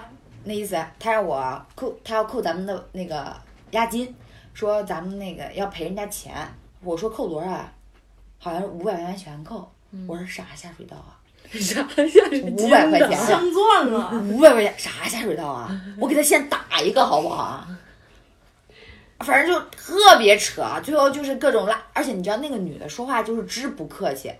Speaker 2: 那意思，他让我扣，他要扣咱们的那个押金，说咱们那个要赔人家钱。我说扣多少啊？好像是五百块钱全扣。
Speaker 4: 嗯
Speaker 2: 我说啥下水道啊？
Speaker 1: 啥下是
Speaker 2: 五百块钱啊，
Speaker 3: 相撞 [laughs] 了，
Speaker 2: 五百块钱啥下水道啊？我给他先打一个好不好啊？反正就特别扯，啊最后就是各种拉，而且你知道那个女的说话就是之不客气，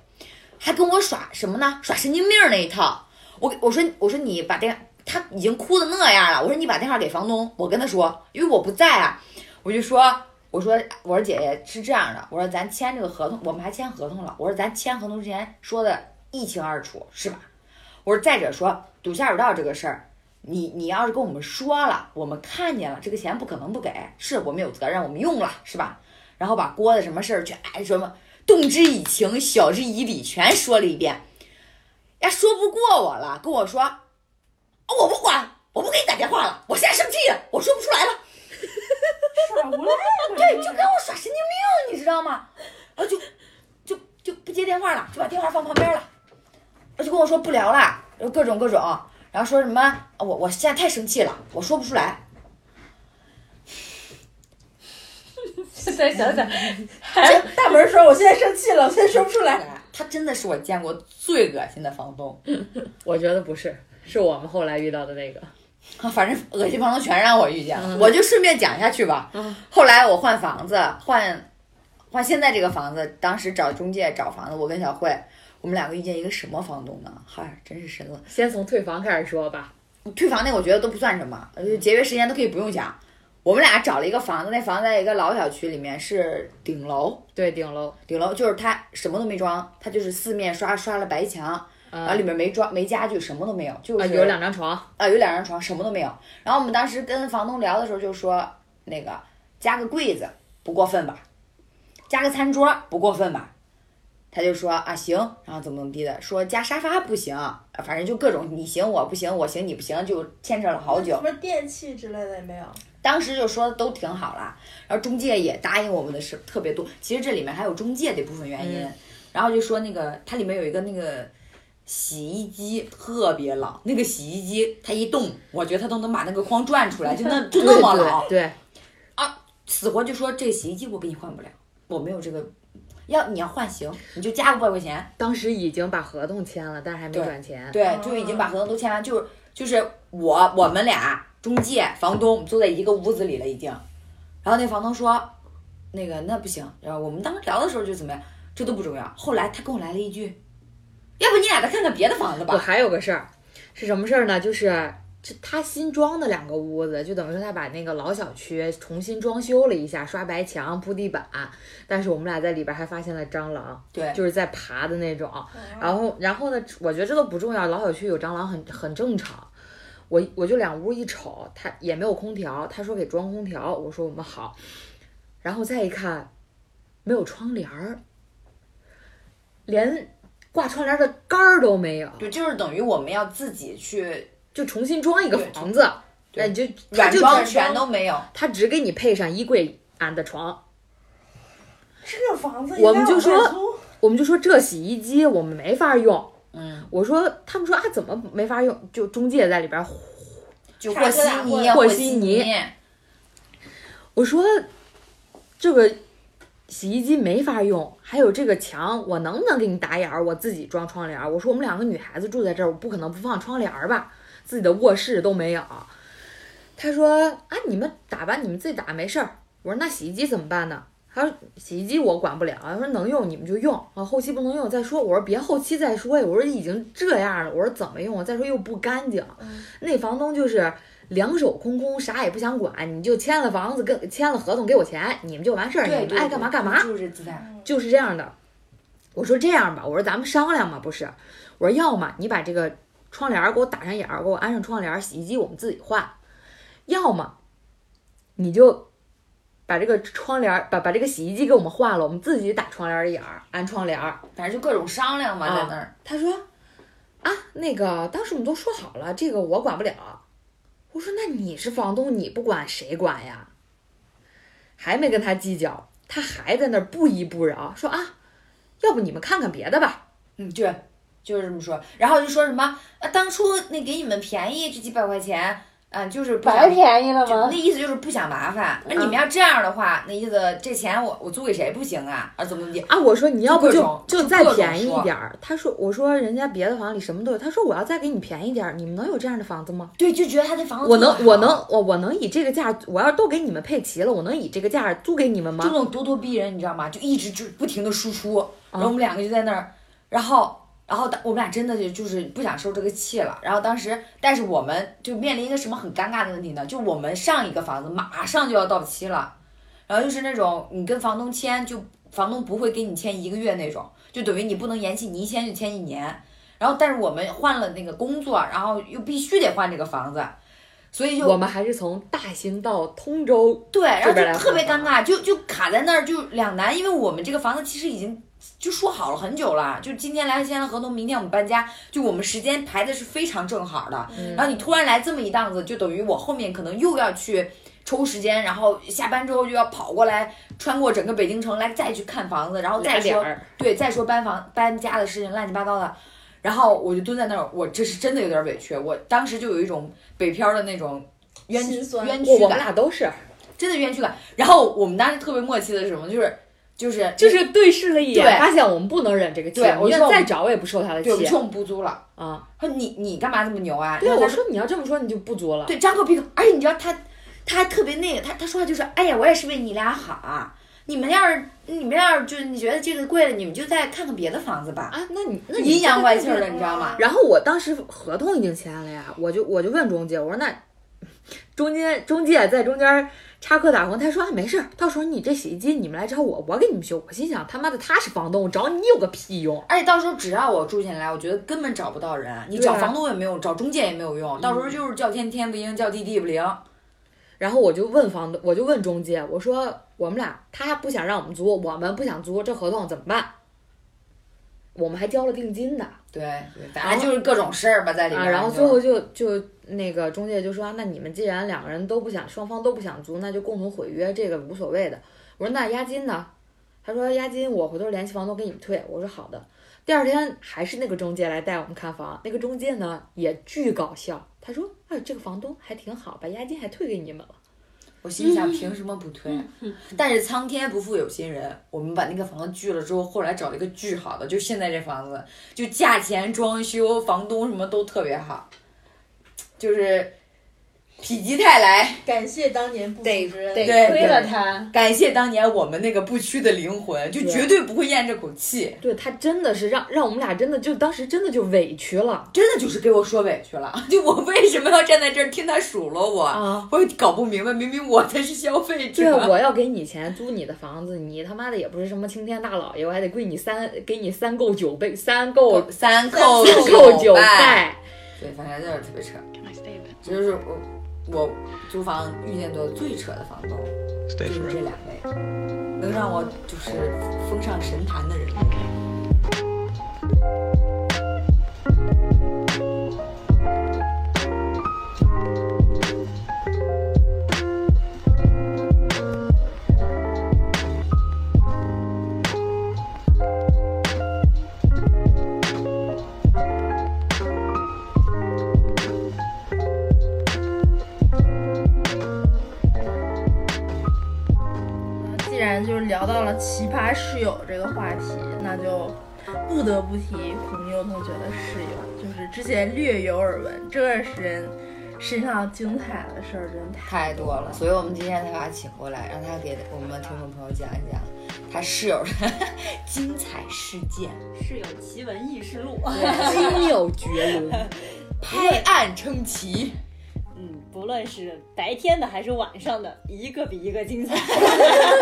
Speaker 2: 还跟我耍什么呢？耍神经病那一套。我我说我说你把电，她已经哭的那样了。我说你把电话给房东，我跟他说，因为我不在啊。我就说我说我说姐姐是这样的，我说咱签这个合同，我们还签合同了。我说咱签合同之前说的一清二楚，是吧？我说再者说堵下水道这个事儿，你你要是跟我们说了，我们看见了，这个钱不可能不给，是我们有责任，我们用了，是吧？然后把锅的什么事儿全哎什么动之以情，晓之以理全说了一遍，呀说不过我了，跟我说，啊我不管，我不给你打电话了，我现在生气了，我说不出来了。
Speaker 3: 耍无赖，
Speaker 2: 对，就跟我耍神经病，你知道吗？然后就就就不接电话了，就把电话放旁边了，然后就跟我说不聊了，然后各种各种，然后说什么啊我我现在太生气了，我说不出来。
Speaker 4: 再想想，
Speaker 3: 大门说：“我现在生气了，我现在说不出来。
Speaker 2: 他真的是我见过最恶心的房东，
Speaker 1: [laughs] 我觉得不是，是我们后来遇到的那个。
Speaker 2: 啊反正恶心房东全让我遇见了。我就顺便讲下去吧。后来我换房子，换换现在这个房子，当时找中介找房子，我跟小慧，我们两个遇见一个什么房东呢？嗨，真是神了。
Speaker 1: 先从退房开始说吧。
Speaker 2: 退房那我觉得都不算什么，呃节约时间都可以不用讲。我们俩找了一个房子，那房子在一个老小区里面，是顶楼，
Speaker 1: 对，顶楼，
Speaker 2: 顶楼就是它什么都没装，它就是四面刷刷了白墙，
Speaker 1: 呃
Speaker 2: 然后里面没装没家具，什么都没有，就是、
Speaker 1: 啊有两张床，
Speaker 2: 啊有两张床，什么都没有。然后我们当时跟房东聊的时候就说，那个加个柜子不过分吧，加个餐桌不过分吧。他就说啊行，然后怎么怎么地的，说加沙发不行，啊反正就各种你行我不行，我行你不行，就牵扯了 [laughs] 好久
Speaker 3: 什。么电器之类的也没有，
Speaker 2: 当时就说都挺好啦，然后中介也答应我们的事特别多。其实这里面还有中介的部分原
Speaker 1: 嗯
Speaker 2: 因，然后就说那个它里面有一个那个洗衣机特别老，那个洗衣机它一动，我觉得它都能把那个光转出来，就那就那么老
Speaker 1: 嗯对。对，
Speaker 2: 死活就说这洗衣机我给你换不了，我没有这个。要你要换行，你就加五百块钱。
Speaker 1: 当时已经把合同签了，但是还没
Speaker 2: 对
Speaker 1: 转钱。
Speaker 2: 对，就已经把合同都签完，就是就是我我们俩中介、房东，我们坐在一个屋子里了已经。然后那房东说，那个那不行。然后我们当时聊的时候就怎么样，这都不重要。后来他跟我来了一句，要不你俩再看看别的房子
Speaker 1: 我
Speaker 2: 吧。
Speaker 1: 还有个事儿，是什么事儿呢？就是这他新装的两个屋子，就等于说他把那个老小区重新装修了一下，刷白墙、铺地板。但是我们俩在里边还发现了蟑螂，
Speaker 2: 对
Speaker 1: 就是在爬的那种。然后，然后呢？我觉得这都不重要，老小区有蟑螂很很正常。我我就两屋一瞅，他也没有空调，他说给装空调，我说我们好。然后再一看，没有窗帘儿，连挂窗帘的杆儿都没有。
Speaker 2: 对，就是等于我们要自己去
Speaker 1: 就重新装一个
Speaker 2: 对
Speaker 1: 房子，
Speaker 2: 对
Speaker 1: 那你就他
Speaker 2: 软
Speaker 1: 就
Speaker 2: 装，
Speaker 1: 只
Speaker 2: 全都没有。
Speaker 1: 他只给你配上衣柜俺的床，
Speaker 3: 这种房子
Speaker 1: 我们就说我们就说这洗衣机我们没法用。
Speaker 2: 嗯，
Speaker 1: 我说他们说啊怎么没法用？就中介在里边儿，
Speaker 2: 就和稀泥呀，
Speaker 1: 和
Speaker 2: 和
Speaker 1: 稀
Speaker 2: 稀
Speaker 1: 泥我说这个洗衣机没法用，还有这个墙我能不能给你打眼儿？我自己装窗帘儿。我说我们两个女孩子住在这儿，我不可能不放窗帘儿吧？自己的卧室都没有。他说啊你们打吧，你们自己打没事儿。我说那洗衣机怎么办呢？他说洗衣机我管不了，他说能用你们就用啊，后期不能用再说。我说别后期再说呀，我说已经这样了，我说怎么用？啊再说又不干净。
Speaker 2: 嗯
Speaker 1: 那房东就是两手空空，啥也不想管，你就签了房子跟签了合同给我钱，你们就完事儿，
Speaker 2: 对
Speaker 1: 你
Speaker 2: 对，
Speaker 1: 们爱干嘛干嘛。
Speaker 2: 就是自带。
Speaker 3: 嗯
Speaker 1: 就是这样的。我说这样吧，我说咱们商量嘛，不是？我说要么你把这个窗帘儿给我打上眼儿，给我安上窗帘儿，洗衣机我们自己换；要么你就把这个窗帘儿，把把这个洗衣机给我们换了，我们自己打窗帘儿的眼儿，安窗帘儿。
Speaker 2: 反正就各种商量嘛，
Speaker 1: 啊
Speaker 2: 在那儿。
Speaker 1: 他说啊，那个当时我们都说好了，这个我管不了。我说那你是房东，你不管谁管呀？还没跟他计较，他还在那儿不依不饶，说啊，要不你们看看别的吧。
Speaker 2: 嗯，对，就是这么说。然后就说什么啊，当初那给你们便宜这几百块钱，嗯、就是不想
Speaker 4: 白便宜了
Speaker 2: 就
Speaker 4: 吗
Speaker 2: 那？意思就是不想麻烦。那、你们要这样的话，那意思这钱我我租给谁不行啊？啊，怎么怎么地？
Speaker 1: 啊，我说你要不
Speaker 2: 就各
Speaker 1: 就
Speaker 2: 种
Speaker 1: 就
Speaker 2: 就
Speaker 1: 再
Speaker 2: 各种
Speaker 1: 便宜一
Speaker 2: 说
Speaker 1: 点儿。他说，我说人家别的房里什么都有。他说我要再给你便宜点儿，你们能有这样的房子吗？
Speaker 2: 对，就觉得他那房子
Speaker 1: 我
Speaker 2: 特
Speaker 1: 能，
Speaker 2: 好
Speaker 1: 我能，我我能以这个价，我要都给你们配齐了，我能以这个价租给你们
Speaker 2: 就
Speaker 1: 吗？
Speaker 2: 那种咄咄逼人，你知道吗？就一直就不停的输出，然
Speaker 1: 啊
Speaker 2: 后我们两个就在那儿，然后然后当我们俩真的就就是不想受这个气了。然后当时，但是我们就面临一个什么很尴尬的问题呢？就我们上一个房子马上就要到期了，然后就是那种你跟房东签，就房东不会给你签一个月那种，就等于你不能延期，你一签就签一年。然后，但是我们换了那个工作，然后又必须得换这个房子，所以就
Speaker 1: 我们还是从大兴到通州
Speaker 2: 对，然后
Speaker 1: 这边来
Speaker 2: 就特别
Speaker 1: 回
Speaker 2: 尴尬，就就卡在那儿，就两难，因为我们这个房子其实已经就说好了很久了，就今天来签了合同，明天我们搬家，就我们时间排的是非常正好的。嗯然后你突然来这么一档子，就等于我后面可能又要去抽时间，然后下班之后又要跑过来，穿过整个北京城来再去看房子，然后再
Speaker 1: 俩脸
Speaker 2: 说
Speaker 1: 儿
Speaker 2: 对，再说搬房搬家的事情，乱七八糟的。然后我就蹲在那儿，我这是真的有点委屈，我当时就有一种北漂的那种冤屈
Speaker 3: 心酸
Speaker 2: 冤
Speaker 1: 啊我
Speaker 2: 屈
Speaker 1: 我
Speaker 2: 感
Speaker 1: 们。俩都是，
Speaker 2: 真的冤屈感。然后我们当时特别默契的是什么，就是就是
Speaker 1: 就是对视了一眼，
Speaker 2: 对
Speaker 1: 发现我们不能忍这个气，
Speaker 2: 对
Speaker 1: 我
Speaker 2: 我
Speaker 1: 们
Speaker 2: 说我
Speaker 1: 再
Speaker 2: 们
Speaker 1: 找我也不受他的
Speaker 2: 对，我们
Speaker 1: 气
Speaker 2: 说我们不租了。
Speaker 1: 啊。
Speaker 2: 他说你你干嘛这么牛啊？
Speaker 1: 对，
Speaker 2: 然后
Speaker 1: 我
Speaker 2: 他说哎
Speaker 1: 说你要这么说，你就不作了。
Speaker 2: 对张口闭口，而且你知道他他还特别那个，他他说话就是哎呀，我也是为你俩好。啊你们要是你们要是就是你觉得这个贵了，你们就再看看别的房子吧。
Speaker 1: 啊，那你那
Speaker 2: 阴
Speaker 1: 你。
Speaker 2: 阳怪气儿的，你知道吗？
Speaker 1: 然后我当时合同已经签了呀，我就我就问中介，我说那中间中介在中间插科打诨，他说啊没事儿，到时候你这洗衣机你们来找我，我给你们修。我心想他妈的他是房东，我找你有个屁用！
Speaker 2: 而且到时候只要我住进来，我觉得根本找不到人，你
Speaker 1: 对啊嗯
Speaker 2: 找房东也没用，找中介也没有用，到时候就是叫天天不应，叫地地不灵。
Speaker 1: 然后我就问房东，我就问中介，我说我们俩他不想让我们租，我们不想租，这合同怎么办？我们还交了定金呢。
Speaker 2: 对，对反正就是各种事儿吧，在里面
Speaker 1: 啊，
Speaker 2: 就。
Speaker 1: 然后最后就就那个中介就说，那你们既然两个人都不想，双方都不想租，那就共同毁约，这个无所谓的。我说那押金呢？他说押金我回头联系房东给你们退。我说好的。第二天还是那个中介来带我们看房，那个中介呢也巨搞笑，他说，哎，这个房东还挺好，把押金还退给你们了。
Speaker 2: 我心
Speaker 1: 嗯
Speaker 2: 想，凭什么不退？但是苍天不负有心人，我们把那个房子拒了之后，后来找了一个巨好的，就现在这房子，就价钱、装修、房东什么都特别好，就是否极泰来，
Speaker 3: 感谢当年不
Speaker 2: 得
Speaker 3: 服之恩。
Speaker 2: 得
Speaker 1: 对
Speaker 4: 亏了他，
Speaker 2: 感谢当年我们那个不屈的灵魂，就
Speaker 1: 对
Speaker 2: 绝对不会咽这口气，
Speaker 1: 对他真的是让让我们俩真的就当时真的就委屈了
Speaker 2: 真的就是给我说委屈了。 [laughs] 就我为什么要站在这儿听他数落我？
Speaker 1: 啊！
Speaker 2: 我也搞不明白，明明我才是消费
Speaker 1: 对
Speaker 2: 者。 [laughs]
Speaker 1: 啊，我要给你钱租你的房子，你他妈的也不是什么青天大老爷，我还得归你三给你三够九杯三够
Speaker 2: 三扣
Speaker 1: 三够九
Speaker 2: 拜，
Speaker 1: 拜，
Speaker 2: 对，反正就是特别扯。这就是我我租房遇见过最扯的房东，
Speaker 6: Stay
Speaker 2: 就是
Speaker 6: forever.
Speaker 2: 这两位，能让我就是风上神坛的人。
Speaker 3: 既然就是聊到了奇葩室友这个话题，那就不得不提虎妞同学的室友，就是之前略有耳闻，这段时间身上精彩的 [laughs] 事儿真太……
Speaker 2: 太多了，所以我们今天才把他请过来，让他给我们听众朋友讲一讲他室友的 [laughs] 精彩事件，
Speaker 5: 室友奇闻异事录。
Speaker 1: 金柳绝伦。
Speaker 2: 拍案称奇。
Speaker 5: 嗯，不论是白天的还是晚上的，一个比一个精彩。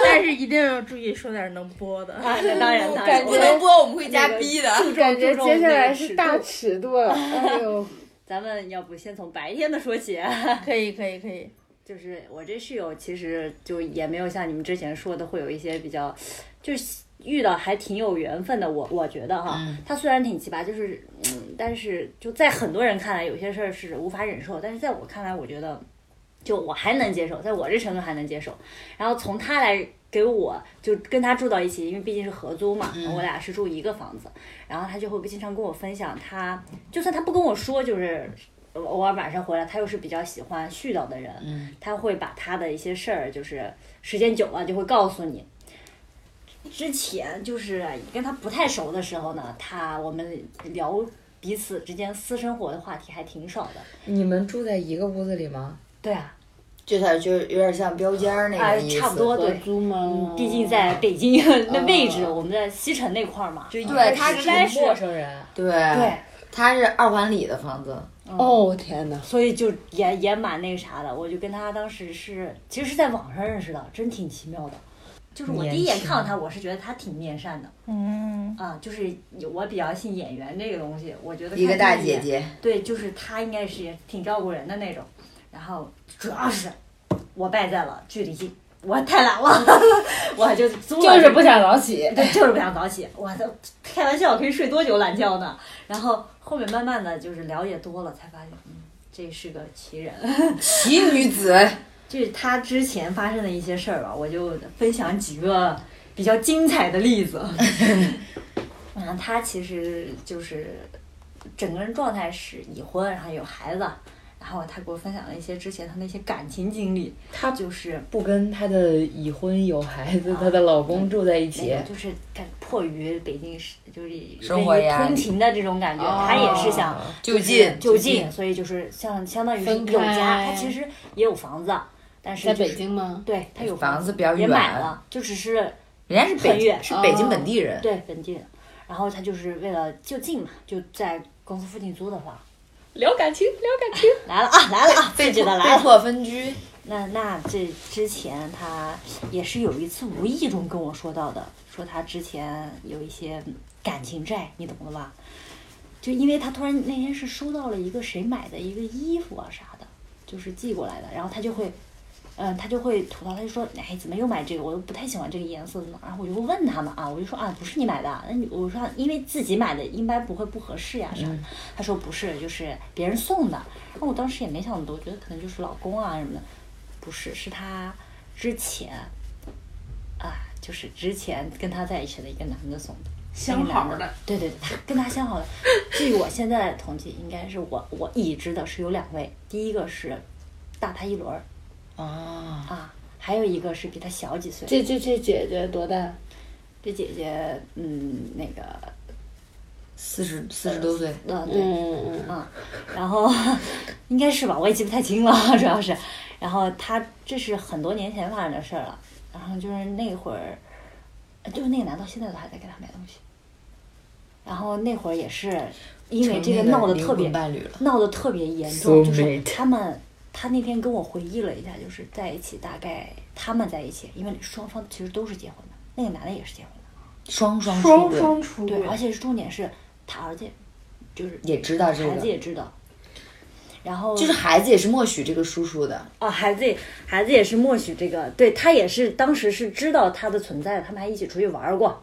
Speaker 3: 但是一定要注意说点能播的。
Speaker 5: 啊，那
Speaker 2: 哎
Speaker 5: 当然，当然，
Speaker 2: 不能播，我们会加逼的。
Speaker 5: 注重
Speaker 7: 感觉
Speaker 5: 注重
Speaker 7: 接下
Speaker 5: 那个
Speaker 7: 来
Speaker 5: 尺
Speaker 7: 是
Speaker 5: 度
Speaker 7: 大尺度了。哎
Speaker 1: [laughs]
Speaker 7: 呦，
Speaker 5: 咱们要不先从白天的说起？啊
Speaker 3: 可以，可以，可以。
Speaker 5: 就是我这室友，其实就也没有像你们之前说的会有一些比较，就是遇到还挺有缘分的。我我觉得哈，
Speaker 2: 嗯
Speaker 5: 他虽然挺奇葩，就是嗯，但是就在很多人看来，有些事儿是无法忍受，但是在我看来，我觉得就我还能接受，在我这程度还能接受。然后从他来给我就跟他住到一起，因为毕竟是合租嘛，
Speaker 2: 嗯
Speaker 5: 我俩是住一个房子，然后他就会经常跟我分享他，就算他不跟我说，就是。呃偶尔晚上回来，他又是比较喜欢絮叨的人，
Speaker 2: 嗯，
Speaker 5: 他会把他的一些事儿，就是时间久了就会告诉你。之前就是跟他不太熟的时候呢，他我们聊彼此之间私生活的话题还挺少的。
Speaker 1: 你们住在一个屋子里吗？
Speaker 5: 对啊，
Speaker 2: 这点就是有点像标间儿那
Speaker 5: 哎
Speaker 2: 个意思，
Speaker 5: 差不多
Speaker 4: 合
Speaker 5: 对。
Speaker 4: 租吗
Speaker 5: 嗯，？毕竟在北京那位置，我们在西城那块儿嘛，
Speaker 1: 嗯
Speaker 5: 就
Speaker 2: 对他
Speaker 5: 实
Speaker 2: 是
Speaker 5: 在是
Speaker 1: 陌生人，
Speaker 2: 对，
Speaker 5: 对，
Speaker 2: 他是二环里的房子，
Speaker 4: 哦天哪！
Speaker 5: 所以就也也蛮那个啥的。我就跟他当时是，其实是在网上认识的，真挺奇妙的。就是我第一眼
Speaker 1: 年轻
Speaker 5: 看到他，我是觉得他挺面善的，
Speaker 3: 嗯，
Speaker 5: 啊，就是我比较信眼缘这个东西，我觉得
Speaker 2: 一个
Speaker 5: 看
Speaker 2: 大
Speaker 5: 上
Speaker 2: 姐
Speaker 5: 眼，
Speaker 2: 姐，
Speaker 5: 对，就是她应该是也挺照顾人的那种。然后主要是我败在了距离近，我太懒了， [laughs] 我
Speaker 4: [laughs]
Speaker 5: 就租了
Speaker 4: 就是不想早起，
Speaker 5: 对，就是不想早起。我的开玩笑，可以睡多久懒觉呢？然后后面慢慢的就是了解多了，才发现，嗯，这是个奇人。
Speaker 2: 奇女子，
Speaker 5: 这是他之前发生的一些事儿吧，我就分享几个比较精彩的
Speaker 2: [laughs]
Speaker 5: 例子。嗯，他其实就是整个人状态是已婚，然后有孩子，然后他给我分享了一些之前他那些感情经历，
Speaker 1: 他
Speaker 5: 就是
Speaker 1: 不跟他的已婚有孩子、她的老公住在一
Speaker 5: 没
Speaker 1: 起
Speaker 5: 有，，就是感迫于北京是就是
Speaker 2: 生活压力
Speaker 5: 通勤的这种感觉，
Speaker 2: 哦
Speaker 5: 他也是想
Speaker 1: 啊
Speaker 2: 就近
Speaker 5: 就近，所以就是像相当于是
Speaker 4: 分
Speaker 5: 有家，
Speaker 4: 开
Speaker 5: 他其实也有房子，但是
Speaker 4: 在
Speaker 5: 就是
Speaker 4: 北京吗？
Speaker 5: 对他有
Speaker 2: 房子比较
Speaker 5: 也
Speaker 2: 远，
Speaker 5: 买了，就只是
Speaker 2: 人家是
Speaker 5: 很
Speaker 2: 北
Speaker 5: 远哦
Speaker 2: 是北京本地人，
Speaker 5: 对本地人。然后他就是为了就近嘛，就在公司附近租的房。
Speaker 1: 聊感情，聊感情。
Speaker 5: 来了啊，来了啊，最值得来
Speaker 2: 被
Speaker 5: 了。
Speaker 2: 迫分居，
Speaker 5: 那那这之前他也是有一次无意中跟我说到的，说他之前有一些感情债，你懂的吧？就因为他突然那天是收到了一个谁买的一个衣服啊啥的，就是寄过来的，然后他就会，嗯，他就会吐槽，他就说，哎，怎么又买这个？我又不太喜欢这个颜色的呢。然后我就会问他嘛，啊，我就说啊，不是你买的啊，那你我说啊因为自己买的应该不会不合适呀啥的。他说不是，就是别人送的。那我当时也没想那么多，我觉得可能就是老公啊什么的，不是，是他之前，啊，就是之前跟他在一起的一个男的送的。
Speaker 3: 相
Speaker 7: 哎
Speaker 3: 好的，
Speaker 5: 对对对，他跟他相好的。据我现在的统计，应该是我我已知的是有两位，第一个是大他一轮儿
Speaker 2: 啊，
Speaker 5: 啊，还有一个是比他小几岁。
Speaker 4: 这这这姐姐多大？
Speaker 5: 这姐姐，嗯，那个
Speaker 2: 四十四十多岁，
Speaker 5: 嗯，对，
Speaker 4: 嗯嗯
Speaker 5: 嗯，然后 [laughs] 应该是吧，我也记不太清了，主要是，然后他这是很多年前发生的事儿了，然后就是那会儿，就是那个男的现在都还在给他买东西，然后那会儿也是因为这个
Speaker 2: 成那
Speaker 5: 闹得
Speaker 2: 灵
Speaker 5: 特别
Speaker 2: 魂伴侣了，
Speaker 5: 闹得特别严重，就是
Speaker 1: Soulmate
Speaker 5: 他们，他那天跟我回忆了一下，就是在一起大概他们在一起，因为双方其实都是结婚的，那个男的也是结婚的，
Speaker 2: 双双出
Speaker 3: 双
Speaker 2: 轨，
Speaker 3: 双出轨
Speaker 5: 对，，而且是重点是他儿子也，就是
Speaker 2: 也知道这
Speaker 5: 孩子
Speaker 2: 个，
Speaker 5: 也知道，然后
Speaker 2: 就是孩子也是默许这个叔叔的，
Speaker 5: 啊，孩子也孩子也是默许这个，对他也是当时是知道他的存在，他们还一起出去玩儿过，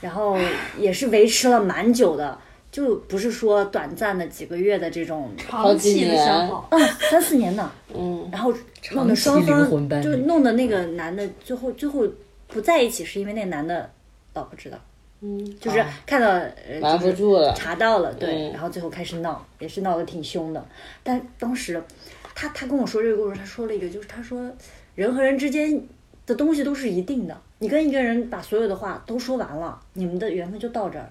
Speaker 5: 然后也是维持了蛮久的，就不是说短暂的几个月的这种，
Speaker 3: 长期的
Speaker 4: 好
Speaker 3: 消耗，
Speaker 5: 嗯，三四年呢，
Speaker 4: 嗯，
Speaker 5: 然后弄得双
Speaker 1: 长期
Speaker 5: 方
Speaker 1: 灵魂伴侣嗯
Speaker 5: 就弄得那个男的最后最后不在一起，是因为那男的老婆知道，
Speaker 4: 嗯，
Speaker 1: 哦
Speaker 5: 就是看到呃
Speaker 4: 瞒
Speaker 5: 就
Speaker 4: 不
Speaker 5: 是
Speaker 4: 住了，
Speaker 5: 查到了，对，
Speaker 4: 嗯
Speaker 5: 然后最后开始闹，也是闹得挺凶的。但当时他他跟我说这个故事，他说了一个，就是他说人和人之间的东西都是一定的，你跟一个人把所有的话都说完了，你们的缘分就到这儿了。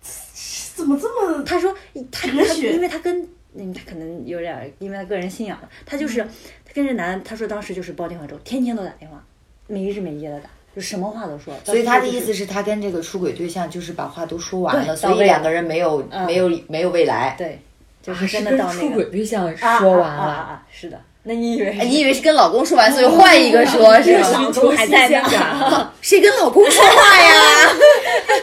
Speaker 3: 怎么这么
Speaker 5: 他说他
Speaker 3: 哲
Speaker 5: 他
Speaker 3: 学
Speaker 5: 因为他跟嗯他可能有点儿因为他个人信仰了，他就是、他跟这男的，他说当时就是煲电话粥，天天都打电话，没日没夜的打，就什么话都说。
Speaker 2: 所以他的意
Speaker 5: 是。
Speaker 2: 思是，他跟这个出轨对象就是把话都说完了，
Speaker 5: 对
Speaker 2: 所
Speaker 5: 到
Speaker 2: 以
Speaker 5: 位
Speaker 2: 两
Speaker 5: 了
Speaker 2: 个人没有
Speaker 5: 嗯
Speaker 2: 没有没有未来。
Speaker 5: 对，就
Speaker 1: 啊
Speaker 5: 是真的
Speaker 1: 跟
Speaker 5: 到那
Speaker 1: 出
Speaker 5: 个
Speaker 1: 轨对象
Speaker 5: 啊
Speaker 1: 说完
Speaker 5: 啊啊啊
Speaker 1: 了，
Speaker 5: 啊是的，那你以为
Speaker 2: 哎，你以为是跟老公说完，
Speaker 5: 嗯
Speaker 2: 所以换一个说，是
Speaker 1: 老
Speaker 2: 吗？
Speaker 1: 公还在呢
Speaker 2: [laughs] 谁跟老公说话
Speaker 5: [laughs]
Speaker 2: 呀？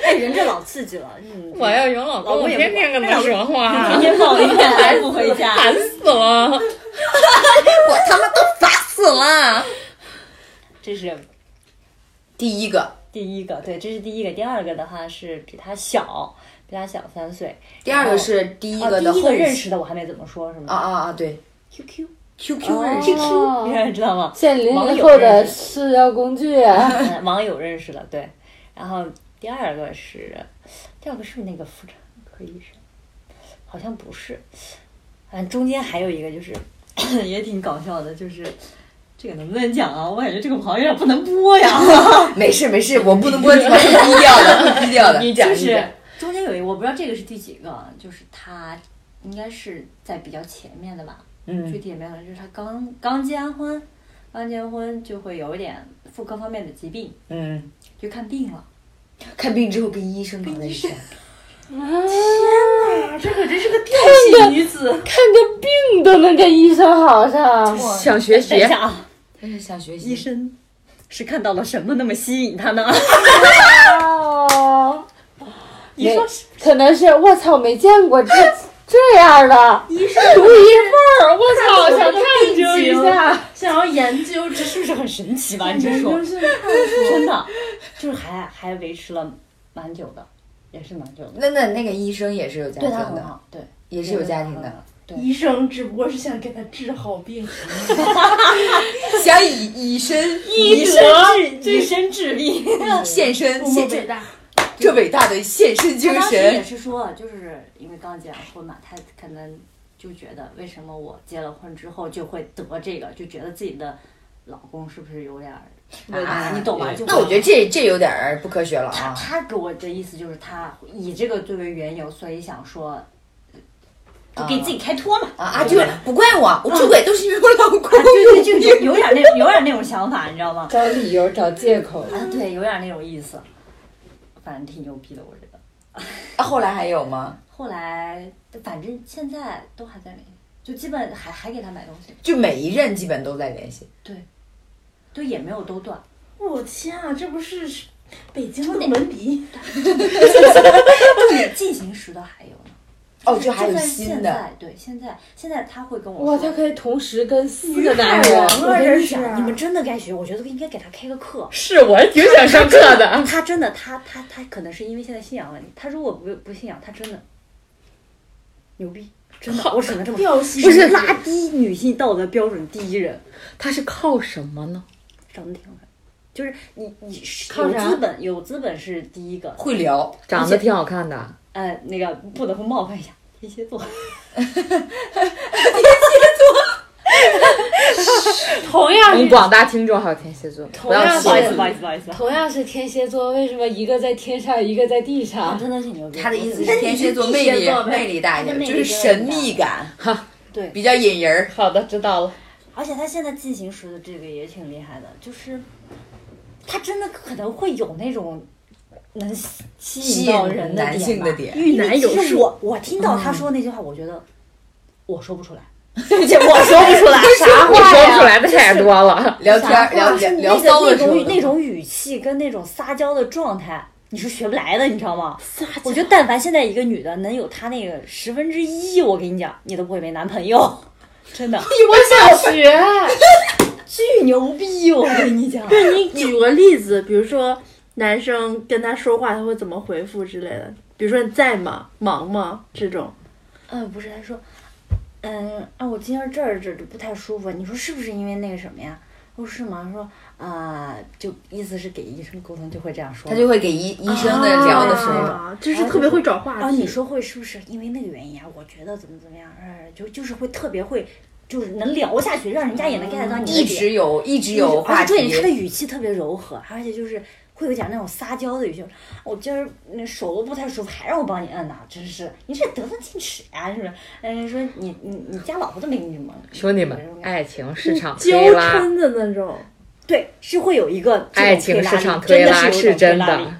Speaker 5: 哎，人这老刺激了，嗯，
Speaker 1: 我要有老
Speaker 5: 老
Speaker 1: 公，
Speaker 5: 公
Speaker 1: 我
Speaker 5: 也不
Speaker 1: 天天跟他说话，
Speaker 5: 天放一天来不回家，
Speaker 1: 烦死了。
Speaker 2: 我他妈都烦死了。
Speaker 5: 这是
Speaker 2: 第一个，
Speaker 5: 第一个，对，这是第一个，第二个的话是比他小，比他小三岁，
Speaker 2: 第二个是第一
Speaker 5: 哦，
Speaker 2: 个
Speaker 5: 第
Speaker 2: 的
Speaker 5: 一
Speaker 2: 后
Speaker 5: 个认识的我哦还没怎么说，是
Speaker 2: 啊
Speaker 5: 吗
Speaker 2: 啊啊！对
Speaker 5: ？QQ，
Speaker 2: ，QQ 认识，
Speaker 4: 哦
Speaker 5: 你知
Speaker 1: [laughs]
Speaker 5: 道吗？
Speaker 7: 现零零后的社交工具啊，
Speaker 5: 嗯网友认识的，对，然后第二个是，第二个是那个妇产科医生，好像不是，反正中间还有一个就是 [coughs] 也挺搞笑的，就是这个能不能讲啊？我感觉这个好像有点不能播呀。
Speaker 2: 没事没事，我不能播出来，会低调的，
Speaker 5: [laughs]
Speaker 2: 会低调的。
Speaker 1: 你讲，
Speaker 5: 就
Speaker 1: 你
Speaker 5: 是
Speaker 1: 讲，
Speaker 5: 中间有一个我不知道这个是第几个啊，就是他应该是在比较前面的吧，具
Speaker 2: 嗯，
Speaker 5: 体也没有，就是他刚刚结完婚，刚结完婚就会有一点妇科方面的疾病，
Speaker 2: 嗯，
Speaker 5: 就看病了。
Speaker 2: 看病之后跟医生搞在一
Speaker 5: [laughs]
Speaker 2: 起，
Speaker 3: 啊这可真是个调戏女子，
Speaker 7: 看个病都能跟医生好上，
Speaker 1: 想学
Speaker 5: 等一
Speaker 1: 学，
Speaker 5: 下 [laughs] 啊，
Speaker 2: 但是想学习。
Speaker 5: 医生是看到了什么那么吸引 [laughs] 他呢？
Speaker 7: 哦，
Speaker 5: 你说
Speaker 7: 可能是我操，没见过这这样的，独一份儿，我操，想探究一下。
Speaker 3: 想要研究这
Speaker 5: 是不是很神奇吧？你
Speaker 3: 真
Speaker 5: 就说
Speaker 3: 真是太
Speaker 5: [laughs] 真的，就是还还维持了蛮久的，也是蛮久的，
Speaker 2: 那那那个医生也是有家
Speaker 5: 对啊
Speaker 2: 庭
Speaker 5: 他很
Speaker 2: 的，
Speaker 5: 好，对，
Speaker 2: 也是有家庭的，
Speaker 5: 对，
Speaker 3: 医生只不过是想给他治好病，
Speaker 2: 想以以身以身
Speaker 5: 啊生治以身治病。
Speaker 2: 献身，
Speaker 3: 多么
Speaker 2: 献
Speaker 3: 伟
Speaker 2: 这
Speaker 3: 大！
Speaker 2: 这伟大的献身
Speaker 5: 他
Speaker 2: 精
Speaker 5: 啊当时也
Speaker 2: 神。
Speaker 5: 是说，就是因为刚结完婚嘛，他可能就觉得为什么我结了婚之后就会得这个，就觉得自己的老公是不是有点儿，
Speaker 2: 啊
Speaker 5: 你懂吗？就
Speaker 2: 那我觉得这这有点儿不科学了
Speaker 5: 他 [laughs]
Speaker 2: 啊！
Speaker 5: 他给我的意思就是他以这个作为缘由，所以想说。就给自己开
Speaker 2: [laughs]
Speaker 5: 脱嘛
Speaker 2: 啊啊，就不怪我，我出轨都是因为我老公。
Speaker 5: 啊，对对，就有有点那有点那种想法，你知道吗？
Speaker 7: 找理由，找借口。
Speaker 5: 啊，对，有点那种意思，反正挺牛逼的，我觉得。
Speaker 2: 啊 [laughs] 后来还有吗？
Speaker 5: 后来反正现在都还在联系，就基本还还给他买东西，
Speaker 2: 就每一任基本都在联系。
Speaker 5: 就也没有都断。
Speaker 3: 我天啊，这不是北京的文笔，
Speaker 5: [laughs] 进行时的还有呢，
Speaker 2: 哦，就还有
Speaker 5: 在
Speaker 2: 新
Speaker 5: 现
Speaker 2: 的，
Speaker 5: 在，对，现在现在他会跟我
Speaker 7: 哇，
Speaker 5: 说
Speaker 7: 他可以同时跟四个
Speaker 3: 太
Speaker 7: 男人，
Speaker 3: 王
Speaker 5: 我
Speaker 3: 了，
Speaker 5: 跟
Speaker 3: 这
Speaker 5: 你
Speaker 3: 是
Speaker 5: 讲，你们真的该学，我觉得应该给他开个课。
Speaker 1: 是我挺想上课的。
Speaker 5: 他真的，他他他可能是因为现在信仰问题，他如果不不信仰，他真的牛逼，真的，我只能这么说。
Speaker 3: 调戏
Speaker 5: 不是
Speaker 3: 女子
Speaker 5: 拉低女性道德标准第一人，
Speaker 1: 他是靠什么呢？
Speaker 5: 长得挺好看，就是你你是
Speaker 7: 靠
Speaker 5: 有
Speaker 7: 啥
Speaker 5: 资本，有资本是第一个，
Speaker 2: 会聊，
Speaker 1: 长得挺好看的，
Speaker 5: 呃，那个不能冒犯一下天蝎座。天蝎座，同
Speaker 7: 我
Speaker 5: 样
Speaker 7: 们广大听众还有天蝎座，不
Speaker 4: 同
Speaker 7: 要
Speaker 4: 样
Speaker 7: 气
Speaker 5: 不好意思，
Speaker 4: 是
Speaker 5: 不好意思，不好意思。
Speaker 4: 同样是天蝎座，为什么一个在天上，一个在地上？
Speaker 5: 真的是牛逼。
Speaker 2: 他的意思是天蝎座魅力魅力大一点，就是神秘感，
Speaker 5: 对，
Speaker 2: 比较引人儿。
Speaker 1: 好的，知道了。
Speaker 5: 而且他现在进行时的这个也挺厉害的，就是他真的可能会有那种能吸
Speaker 2: 吸
Speaker 5: 引
Speaker 2: 引
Speaker 5: 到人
Speaker 2: 男性的
Speaker 5: 的
Speaker 2: 点
Speaker 5: 因
Speaker 3: 遇
Speaker 5: 为
Speaker 3: 难
Speaker 5: 其
Speaker 3: 有
Speaker 5: 实
Speaker 3: 术
Speaker 5: 我我听到他说那句话，我觉得我说不出来，对不起，我说不出
Speaker 7: [laughs]
Speaker 5: 来。
Speaker 7: 啥话说不出来的太多了。
Speaker 2: 聊天儿聊
Speaker 5: 就是
Speaker 2: 聊
Speaker 5: 你
Speaker 2: 聊
Speaker 5: 那
Speaker 2: 骚
Speaker 5: 个
Speaker 2: 的
Speaker 5: 那
Speaker 2: 时候
Speaker 5: 种语，那种语气跟那种撒娇的状态，你是学不来的，你知道吗？我觉得但凡现在一个女的能有她那个十分之一，我跟你讲，你都不会没男朋友，真的
Speaker 7: 我想学，
Speaker 5: 巨牛逼！我跟你讲，
Speaker 3: 那你举个例子，比如说男生跟他说话，他会怎么回复之类的？比如说你在吗？忙吗？这种。
Speaker 5: [laughs] 嗯、不是，他说，嗯啊，我今天这儿这儿不太舒服，你说是不是因为那个什么呀？我说是吗？他说啊、就意思是给医生沟通就会这样说，
Speaker 2: 他就会给
Speaker 5: 啊
Speaker 2: 医医生的聊的时候，
Speaker 3: 啊，就是特别会找话题。
Speaker 5: 然啊后你说会是不是因为那个原因啊？我觉得怎么怎么样，呃，就就是会特别会，就是能聊下去，让人家也能 get 到你
Speaker 2: 嗯
Speaker 5: 的
Speaker 2: 一
Speaker 5: 点啊
Speaker 2: 直有一直有
Speaker 5: 而
Speaker 2: 话
Speaker 5: 且重点是他
Speaker 2: 题。
Speaker 5: 的语气特别柔和，而且就是会有点那种撒娇的语气。我今儿那手都不太舒服，还让我帮你摁呐、真是你这得寸进尺呀、是不是？嗯，说你你你家老婆都没给你什么，
Speaker 1: 兄弟们，
Speaker 2: 哎
Speaker 1: 爱情市
Speaker 7: 哎
Speaker 1: 场
Speaker 3: 娇
Speaker 1: 推拉，
Speaker 3: 嗔的那种，
Speaker 5: 对，是会有一个这种
Speaker 1: 爱情
Speaker 5: 推拉
Speaker 1: 市
Speaker 5: 力
Speaker 1: 场
Speaker 5: 真
Speaker 1: 推
Speaker 5: 的
Speaker 1: 拉
Speaker 5: 是有一种
Speaker 1: 真
Speaker 5: 推拉力
Speaker 1: 的。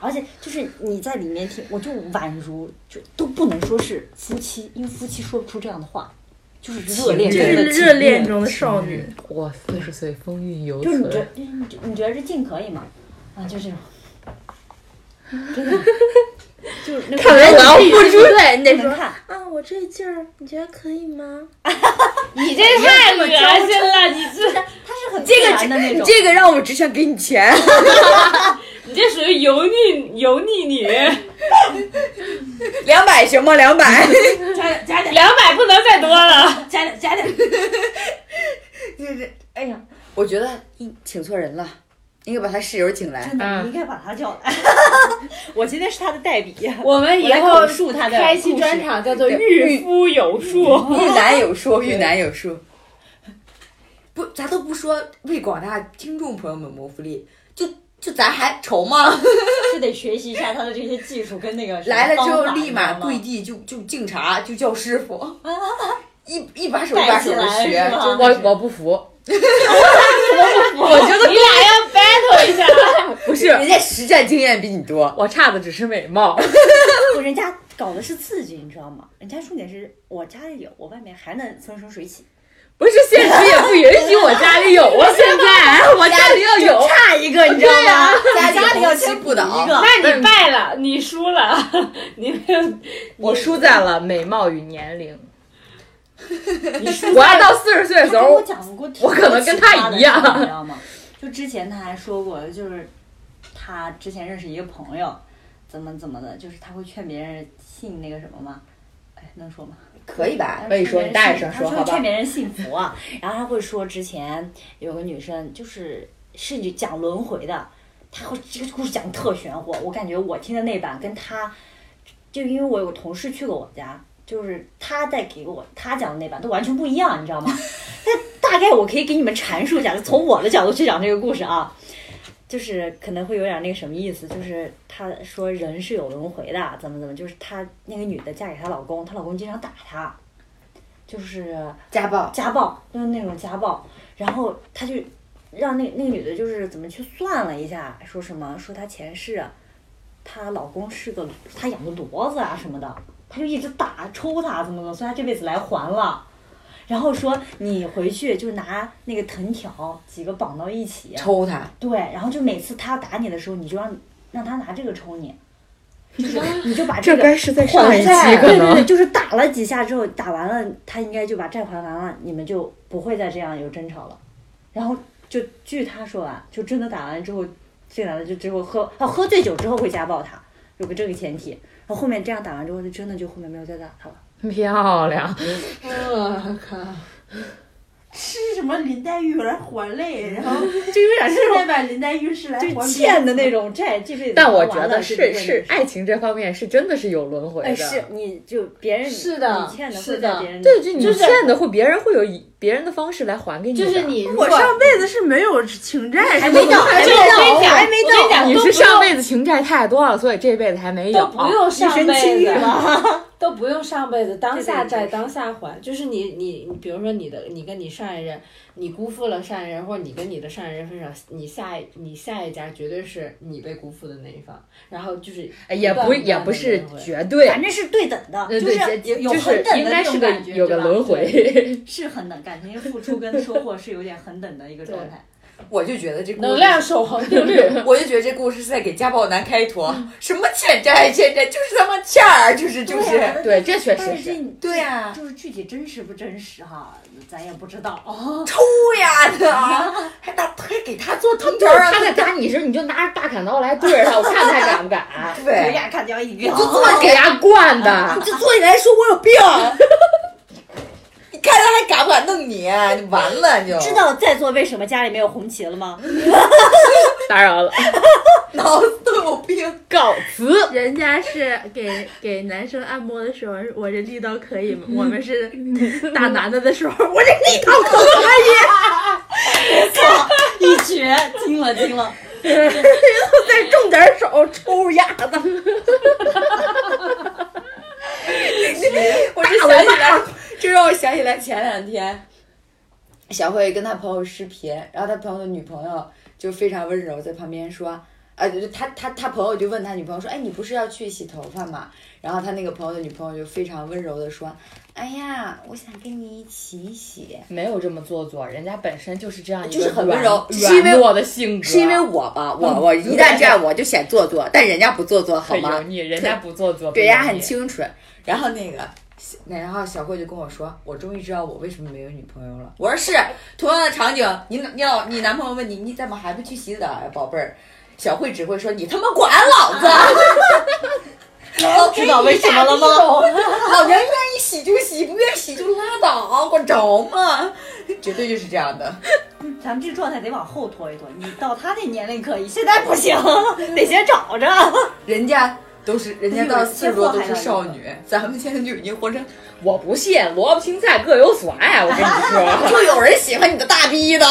Speaker 5: 而且就是你在里面听，我就宛如就都不能说是夫妻，因为夫妻说不出这样的话，就是热恋
Speaker 3: 就
Speaker 5: 中
Speaker 3: 是
Speaker 5: 的
Speaker 3: 热恋中的少女。
Speaker 1: 我四十岁风韵犹
Speaker 5: 就是你
Speaker 1: 存
Speaker 5: 觉，得哎你觉你觉得这劲可以吗？啊，就这种，真的，就是那个
Speaker 7: 看来我要付出，
Speaker 3: 对，你得
Speaker 5: 不能
Speaker 3: 说
Speaker 5: 看，
Speaker 3: 啊，我这劲儿你觉得可以吗？
Speaker 1: 你这太恶心了！你这
Speaker 5: 他是很这然的那种，
Speaker 2: 这个让我们只想给你钱，
Speaker 1: 你这属于油腻油腻女，
Speaker 2: 两百行吗？两百， [laughs]
Speaker 1: 两百不能再多了。
Speaker 5: 加点加点，
Speaker 2: 就是哎呀，我觉得应请错人了，应该把他室友请来。
Speaker 5: 真的，
Speaker 1: 嗯
Speaker 5: 你应该把他叫来。我今天是他的代笔，
Speaker 1: 我们
Speaker 5: 我
Speaker 1: 以
Speaker 5: 来
Speaker 1: 后
Speaker 5: 口述他的
Speaker 1: 开期
Speaker 5: 故事
Speaker 1: 专场叫做“御夫有术
Speaker 2: 遇难有数，遇难有数。不，咱都不说为广大听众朋友们谋福利，就就咱还愁吗？
Speaker 5: 就得学习一下他的这些技术跟那个什么
Speaker 2: 来了之后
Speaker 5: 方法
Speaker 2: 立马跪
Speaker 5: 你知
Speaker 2: 地就就敬茶，就叫师傅，一一把手一
Speaker 5: 道吗
Speaker 2: 把
Speaker 5: 带
Speaker 2: 手
Speaker 5: 起
Speaker 2: 的
Speaker 5: 来
Speaker 2: 学
Speaker 5: 是。吧？
Speaker 7: 我我不服，”，
Speaker 1: 我觉得你俩要 battle 一下。
Speaker 7: [laughs] 不是，
Speaker 2: 人家实战经验比你多，
Speaker 7: 我差的只是美貌。
Speaker 5: 不，人家搞的是刺激，你知道吗？人家重点是我家里有，我外面还能风生水起，
Speaker 7: 不是现实也不允许我家里有啊，现在我家里要有，
Speaker 5: 差一个，你知道吗？
Speaker 2: 哦啊家里要啊欺不
Speaker 5: 一
Speaker 2: 倒。
Speaker 5: 个
Speaker 1: 那你败了，你输
Speaker 4: [laughs]
Speaker 1: 了，你没有，
Speaker 7: 我输在了美貌与年龄。
Speaker 1: 你输
Speaker 7: 我要到四十岁的
Speaker 5: 他
Speaker 7: 时
Speaker 5: 跟我
Speaker 7: 候，
Speaker 5: 讲过，
Speaker 7: 我可能跟他一样
Speaker 5: 你知道吗？就之前他还说过，就是他之前认识一个朋友，怎么怎么的，就是他会劝别人信那个什么吗？哎，能说吗？
Speaker 2: 可以吧？
Speaker 5: 我跟你
Speaker 7: 说你大点声说
Speaker 5: 说，他
Speaker 7: 好吧
Speaker 5: 劝别人信佛啊，然后他会说之前有个女生就是是你讲轮回的，他会这个故事讲的特玄乎，我感觉我听的那版跟他，就因为我有个同事去过我家，就是他在给我他讲的那版都完全不一样，你知道吗？ [laughs] 但大概我可以给你们阐述一下，就从我的角度去讲这个故事啊。就是可能会有点那个什么意思，就是他说人是有轮回的，怎么怎么，就是她那个女的嫁给她老公，她老公经常打她，就是
Speaker 2: 家暴，
Speaker 5: 家暴，就是那种家暴。然后他就让那那个女的，就是怎么去算了一下，说什么说她前世，啊她老公是个她养的骡子啊什么的，他就一直打抽她怎么怎么，所以她这辈子来还了。然后说你回去就拿那个藤条几个绑到一起，啊
Speaker 2: 抽他，
Speaker 5: 对，然后就每次他打你的时候，你就让让他拿这个抽你，就是你就把个
Speaker 7: 是在
Speaker 5: 还债，
Speaker 7: 可
Speaker 5: 对对对，
Speaker 7: 能。
Speaker 5: 就是打了几下之后，打完了，他应该就把债还完了，你们就不会再这样有争吵了。然后就据他说啊，就真的打完之后，这男的就之后喝啊喝醉酒之后会家暴他，有个这个前提。然后后面这样打完之后，就真的就后面没有再打他了。
Speaker 7: 漂亮，
Speaker 4: 我靠！
Speaker 6: 是什么林黛玉来还泪，然
Speaker 3: [laughs]
Speaker 6: 后
Speaker 1: 就有点
Speaker 6: 现在把林黛玉是来还
Speaker 5: 就
Speaker 6: 别人
Speaker 5: 欠的那种债，这辈子
Speaker 1: 但我
Speaker 5: 还
Speaker 1: 觉
Speaker 5: 完
Speaker 1: 得
Speaker 5: 了
Speaker 1: 是
Speaker 5: 这个
Speaker 1: 是爱情这方面是真的是有轮回
Speaker 5: 哎，
Speaker 1: 的，
Speaker 5: 是你就别人
Speaker 4: 是的
Speaker 5: 你欠的
Speaker 4: 是
Speaker 5: 会
Speaker 4: 的
Speaker 5: 在别人
Speaker 1: 对，就你
Speaker 6: 就是
Speaker 1: 欠的会，别人会有以别人的方式来还给你的，
Speaker 4: 就是你如果
Speaker 6: 我上辈子是没有情债，
Speaker 5: 还
Speaker 6: 是
Speaker 5: 没
Speaker 6: 吧
Speaker 5: 到，还没到，还没到，
Speaker 1: 你是上辈子情债太多了，所以这辈子还没有。
Speaker 4: 都不
Speaker 1: 啊
Speaker 4: 用上
Speaker 5: 神
Speaker 4: 辈
Speaker 5: 清
Speaker 4: 子
Speaker 5: 玉，
Speaker 4: [laughs] 都不用上辈子，当下
Speaker 5: 这个
Speaker 4: 债
Speaker 5: 也是
Speaker 4: 当下还。就是你你你，比如说你的你跟你上一任，你辜负了上一任，或者你跟你的上一任分手，你下一你下一家绝对是你被辜负的那一方。然后就是
Speaker 1: 哎也
Speaker 4: 不
Speaker 1: 不
Speaker 4: 断
Speaker 1: 也
Speaker 4: 不
Speaker 1: 不
Speaker 4: 断地
Speaker 1: 是
Speaker 4: 轮回
Speaker 1: 绝对，
Speaker 5: 反正是对等的，
Speaker 1: 对
Speaker 5: 就
Speaker 1: 对
Speaker 5: 是有有
Speaker 1: 就是
Speaker 5: 很等
Speaker 1: 应
Speaker 5: 的
Speaker 1: 该
Speaker 5: 那
Speaker 1: 是
Speaker 5: 种
Speaker 1: 个
Speaker 5: 感觉，
Speaker 1: 有个
Speaker 5: 对吧
Speaker 1: 轮， [laughs] 回。
Speaker 5: 对是很等，感情付出跟收获是有点很等的一个状态。
Speaker 2: 我就觉得这故
Speaker 4: 能
Speaker 2: 事，
Speaker 4: 量守恒定律。
Speaker 2: 我就觉得这故事是在给家暴男开脱。什么欠债欠债，就是他妈欠儿，就是就是，
Speaker 1: 对，这确实
Speaker 5: 啊但
Speaker 1: 是。
Speaker 5: 是啊
Speaker 2: 对呀、
Speaker 5: 就是具体真实不真实哈，咱也不知道。
Speaker 2: 抽呀的啊，还打还给他做藤条
Speaker 1: 就是
Speaker 2: 啊，
Speaker 1: 他在打你时，候，你就拿着大砍刀来对着他，我看他敢啊不敢。
Speaker 5: 咱
Speaker 2: 对，
Speaker 5: 俩哦哎看掉一个， [laughs]
Speaker 1: 我给他惯的，
Speaker 2: [laughs] 就坐起来说我有 [laughs] 病。你看他还敢不敢弄你？啊你完了你就
Speaker 5: 知道在座为什么家里没有红旗了吗？
Speaker 1: 打扰了，
Speaker 2: 脑子都有病。
Speaker 1: 告辞。
Speaker 3: [laughs] 人家是给给男生按摩的时候，我这力道可
Speaker 6: [laughs]
Speaker 3: 以吗？我们是打男的的时候，我这力道可
Speaker 5: [laughs] 一绝，惊了惊了。
Speaker 3: 以，动点手抽丫的。
Speaker 2: [laughs] 我就想起来，这让我想起来前两天，小慧跟她朋友视频，然后她朋友的女朋友就非常温柔，在旁边说。啊，就是她她她朋友就问她女朋友说，哎，你不是要去洗头发吗？然后她那个朋友的女朋友就非常温柔的说，哎呀，我想跟你一起洗，
Speaker 1: 没有这么做作，人家本身就是这样一个
Speaker 2: 就是很温柔
Speaker 1: 软
Speaker 2: 是因为
Speaker 1: 软弱的性格，
Speaker 2: 是因为我吧，嗯我我一旦这样我就显做作，但人家不做作好
Speaker 1: 很
Speaker 2: 吗？
Speaker 1: 油腻，人家不做作，
Speaker 2: 对，
Speaker 1: 不油
Speaker 2: 人
Speaker 1: 腻
Speaker 2: 家很清纯。然后那个，那然后小慧就跟我说，我终于知道我为什么没有女朋友了。我说是，同样的场景，你你老你男朋友问你，你怎么还不去洗澡呀、宝贝儿？小慧只会说你他妈管老子。啊 [laughs] 知道为什么了吗？老娘愿意洗就洗，不愿意洗就拉倒，管着吗？绝对就是这样的。
Speaker 5: 咱们这状态得往后拖一拖，你到他那年龄可以，现在不行，得先找着。
Speaker 2: 人家都是人家到四十多都是少
Speaker 5: 哎呦
Speaker 2: 女，咱们现在就已经活成
Speaker 1: 我不信，萝卜青菜各有所爱，啊我跟你
Speaker 2: [laughs]
Speaker 1: 说。
Speaker 2: 就有人喜欢你的大逼的。 [laughs]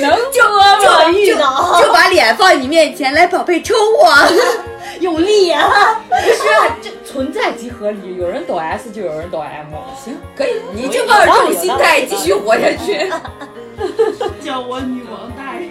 Speaker 2: 能救我
Speaker 5: 我
Speaker 2: [laughs]
Speaker 5: 遇到
Speaker 2: [laughs] 就把脸放你面前来，宝贝抽啊我。
Speaker 5: 用力啊！
Speaker 1: 是啊，这存在即合理，有人抖 S 就有人抖 M。
Speaker 2: 行，可以，你就抱着这种心态继续活下去。
Speaker 6: 叫我女王大人。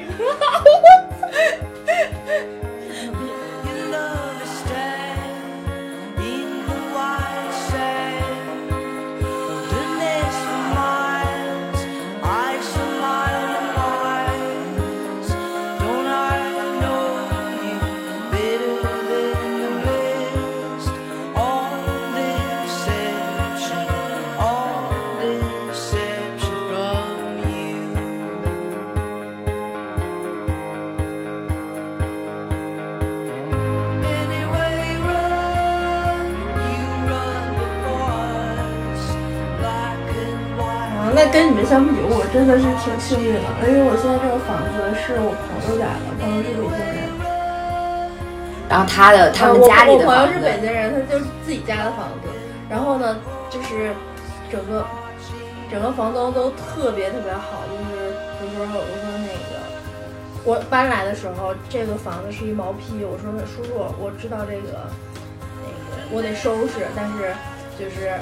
Speaker 6: [laughs]
Speaker 3: 嗯
Speaker 6: 哦那跟你们相比，我真的是挺幸运的，因为我现在这个房子是我朋友家的，朋友是北京人，
Speaker 2: 然后他
Speaker 1: 呃
Speaker 2: 的他们
Speaker 3: 我
Speaker 2: 家里
Speaker 3: 我
Speaker 2: 的
Speaker 3: 朋友
Speaker 2: 房
Speaker 3: 是
Speaker 2: 子，
Speaker 3: 北京人，他就是自己家的房子。然后呢，就是整个整个房东都特别特别好，就是比如说我说那个我搬来的时候，这个房子是一毛坯，我说叔叔，我知道这个那个我得收拾，但是就是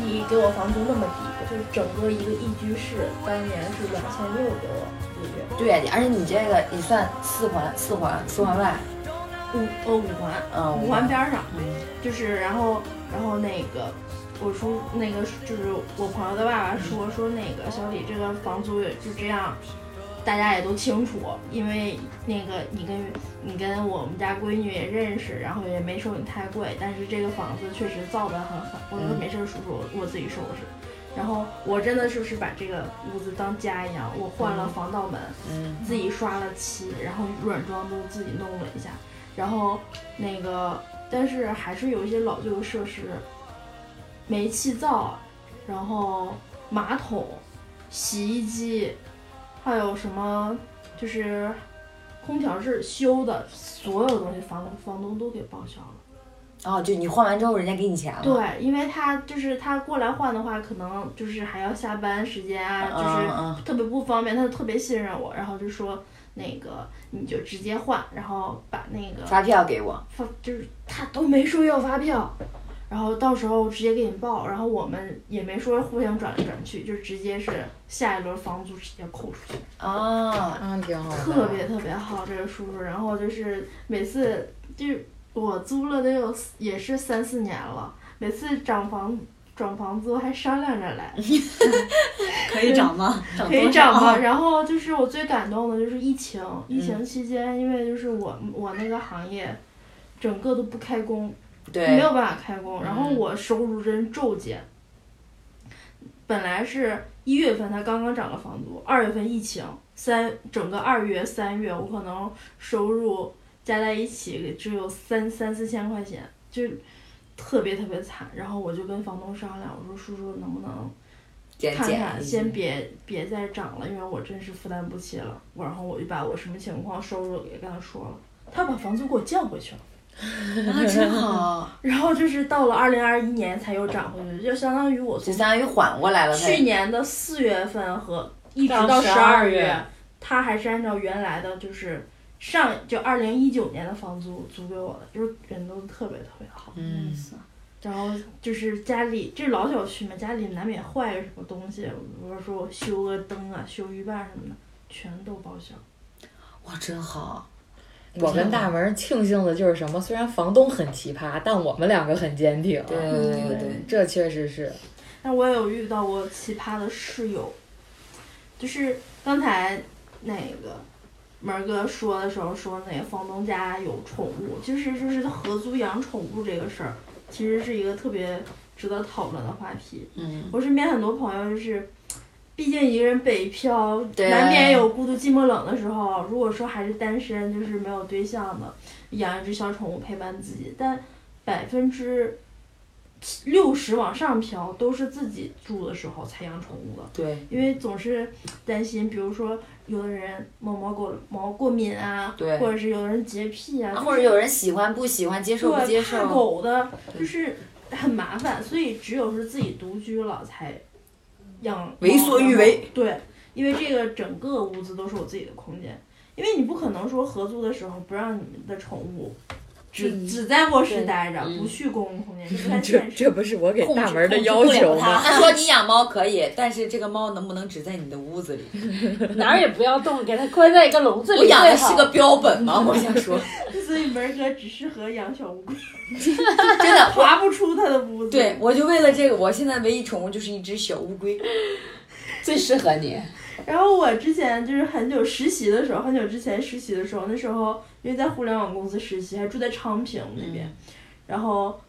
Speaker 3: 你给我房租那么低，就是整个一个一居室，当年是两千六给我一个月，
Speaker 2: [laughs] 对呀，而且你这个你算四环四环四环外，
Speaker 3: 五呃五环，
Speaker 2: 嗯
Speaker 3: 五环边儿上，就是然后然后那个我叔那个就是我朋友的爸爸说说那个小李这个房租也就这样，大家也都清楚，因为那个你跟你跟我们家闺女也认识，然后也没收你太贵，但是这个房子确实造的很好。我说没事儿，叔叔，我我自己收拾。然后我真的就是把这个屋子当家一样，我换了防盗门，
Speaker 2: 嗯，
Speaker 3: 自己刷了漆，然后软装都自己弄了一下，然后那个但是还是有一些老旧设施，煤气灶，然后马桶、洗衣机，还有什么就是空调是修的，所有东西房东房东都给报销了。
Speaker 2: 哦，就你换完之后，人家给你钱了。
Speaker 3: 对，因为他就是他过来换的话，可能就是还要下班时间啊，
Speaker 2: 嗯
Speaker 3: 就是特别不方便。他就特别信任我，然后就说那个你就直接换，然后把那个
Speaker 2: 发票给我。
Speaker 3: 发就是他都没说要发票，然后到时候直接给你报，然后我们也没说互相转来转去，就直接是下一轮房租直接扣出去，
Speaker 2: 啊，
Speaker 1: 啊，挺好的
Speaker 3: 特别特别好这个叔叔。然后就是每次就是我租了得有也是三四年了，每次涨房涨房租还商量着来。
Speaker 5: 可以涨吗？涨
Speaker 3: 可
Speaker 5: 多
Speaker 3: 以
Speaker 5: 少啊
Speaker 3: 涨 [laughs] 吧。然后就是我最感动的就是疫情，疫情期间，因为就是我我那个行业，整个都不开工，没
Speaker 2: 对，嗯
Speaker 3: 有办法开工，然后我收入真骤减。本来是一月份它刚刚涨了房租，二月份疫情，三整个二月三月我可能收入加在一起只有三三四千块钱，就特别特别惨。然后我就跟房东商量，我说叔叔能不能
Speaker 2: 减
Speaker 3: 看看，
Speaker 2: 减，
Speaker 3: 先别别再涨了，因为我真是负担不起了。我然后我就把我什么情况收入也跟他说了，他把房租给我降回去了。
Speaker 2: 啊，真好，
Speaker 3: 然后就是到了二零二一年才又涨回去，就相当于我
Speaker 2: 就
Speaker 3: 从
Speaker 2: 相当于缓过来了。他
Speaker 3: 去年的四月份和一直
Speaker 1: 到
Speaker 3: 到十
Speaker 1: 12
Speaker 3: 二
Speaker 1: 月
Speaker 3: 月，他还是按照原来的就是上就二零一九年的房租租给我的，就是人都特别特别好。
Speaker 2: 嗯，
Speaker 3: 然后就是家里这老小区嘛，家里难免坏个什么东西，比如说我修个灯啊、修浴霸什么的，全都报销。
Speaker 2: 哇，真好，
Speaker 1: 我跟大门庆幸的就是什么？虽然房东很奇葩，但我们两个很坚挺。
Speaker 2: 对对对对，
Speaker 1: 这确实是。
Speaker 3: 但我也有遇到过奇葩的室友，就是刚才那个门儿哥说的时候说那个房东家有宠物，其实就是合租养宠物这个事儿，其实是一个特别值得讨论的话题。
Speaker 2: 嗯，
Speaker 3: 我身边很多朋友就是，毕竟一个人北漂，
Speaker 2: 对
Speaker 3: 难免有孤独寂寞冷的时候。如果说还是单身，就是没有对象的，养一只小宠物陪伴自己，但百分之六十往上飘都是自己住的时候才养宠物的。
Speaker 2: 对
Speaker 3: 因为总是担心，比如说有的人毛毛过毛过敏啊，
Speaker 2: 对
Speaker 3: 或者是有的人洁癖啊，
Speaker 2: 或者有人喜欢不喜欢，接受不
Speaker 3: 对
Speaker 2: 接
Speaker 3: 怕
Speaker 2: 受，
Speaker 3: 狗的，就是很麻烦，所以只有是自己独居了才养
Speaker 2: 为所欲为。
Speaker 3: 对，因为这个整个屋子都是我自己的空间，因为你不可能说合租的时候不让你们的宠物只只在卧室待着，
Speaker 2: 嗯
Speaker 3: 不去公共空间，这不太
Speaker 1: 这
Speaker 3: 现实。
Speaker 1: 这不是我给大门的要
Speaker 5: 控制不
Speaker 1: 求
Speaker 5: 了
Speaker 1: 吗？
Speaker 5: 它。
Speaker 2: 他说你养猫可以，但是这个猫能不能只在你的屋子里？
Speaker 4: [laughs] 哪儿也不要动，给它关在一个笼子
Speaker 2: 我
Speaker 4: 里最
Speaker 2: 养
Speaker 4: 好。
Speaker 2: 的是个标本吗？我想说，
Speaker 3: 所以门儿哥只适合养小乌
Speaker 2: [laughs]
Speaker 3: 龟，
Speaker 2: 真的，我
Speaker 3: 爬不出他的屋子。
Speaker 2: 对我就为了这个，我现在唯一宠物就是一只小乌龟。
Speaker 4: 最适合你。
Speaker 3: 然后我之前就是很久实习的时候，很久之前实习的时候，那时候因为在互联网公司实习，还住在昌平那边，然后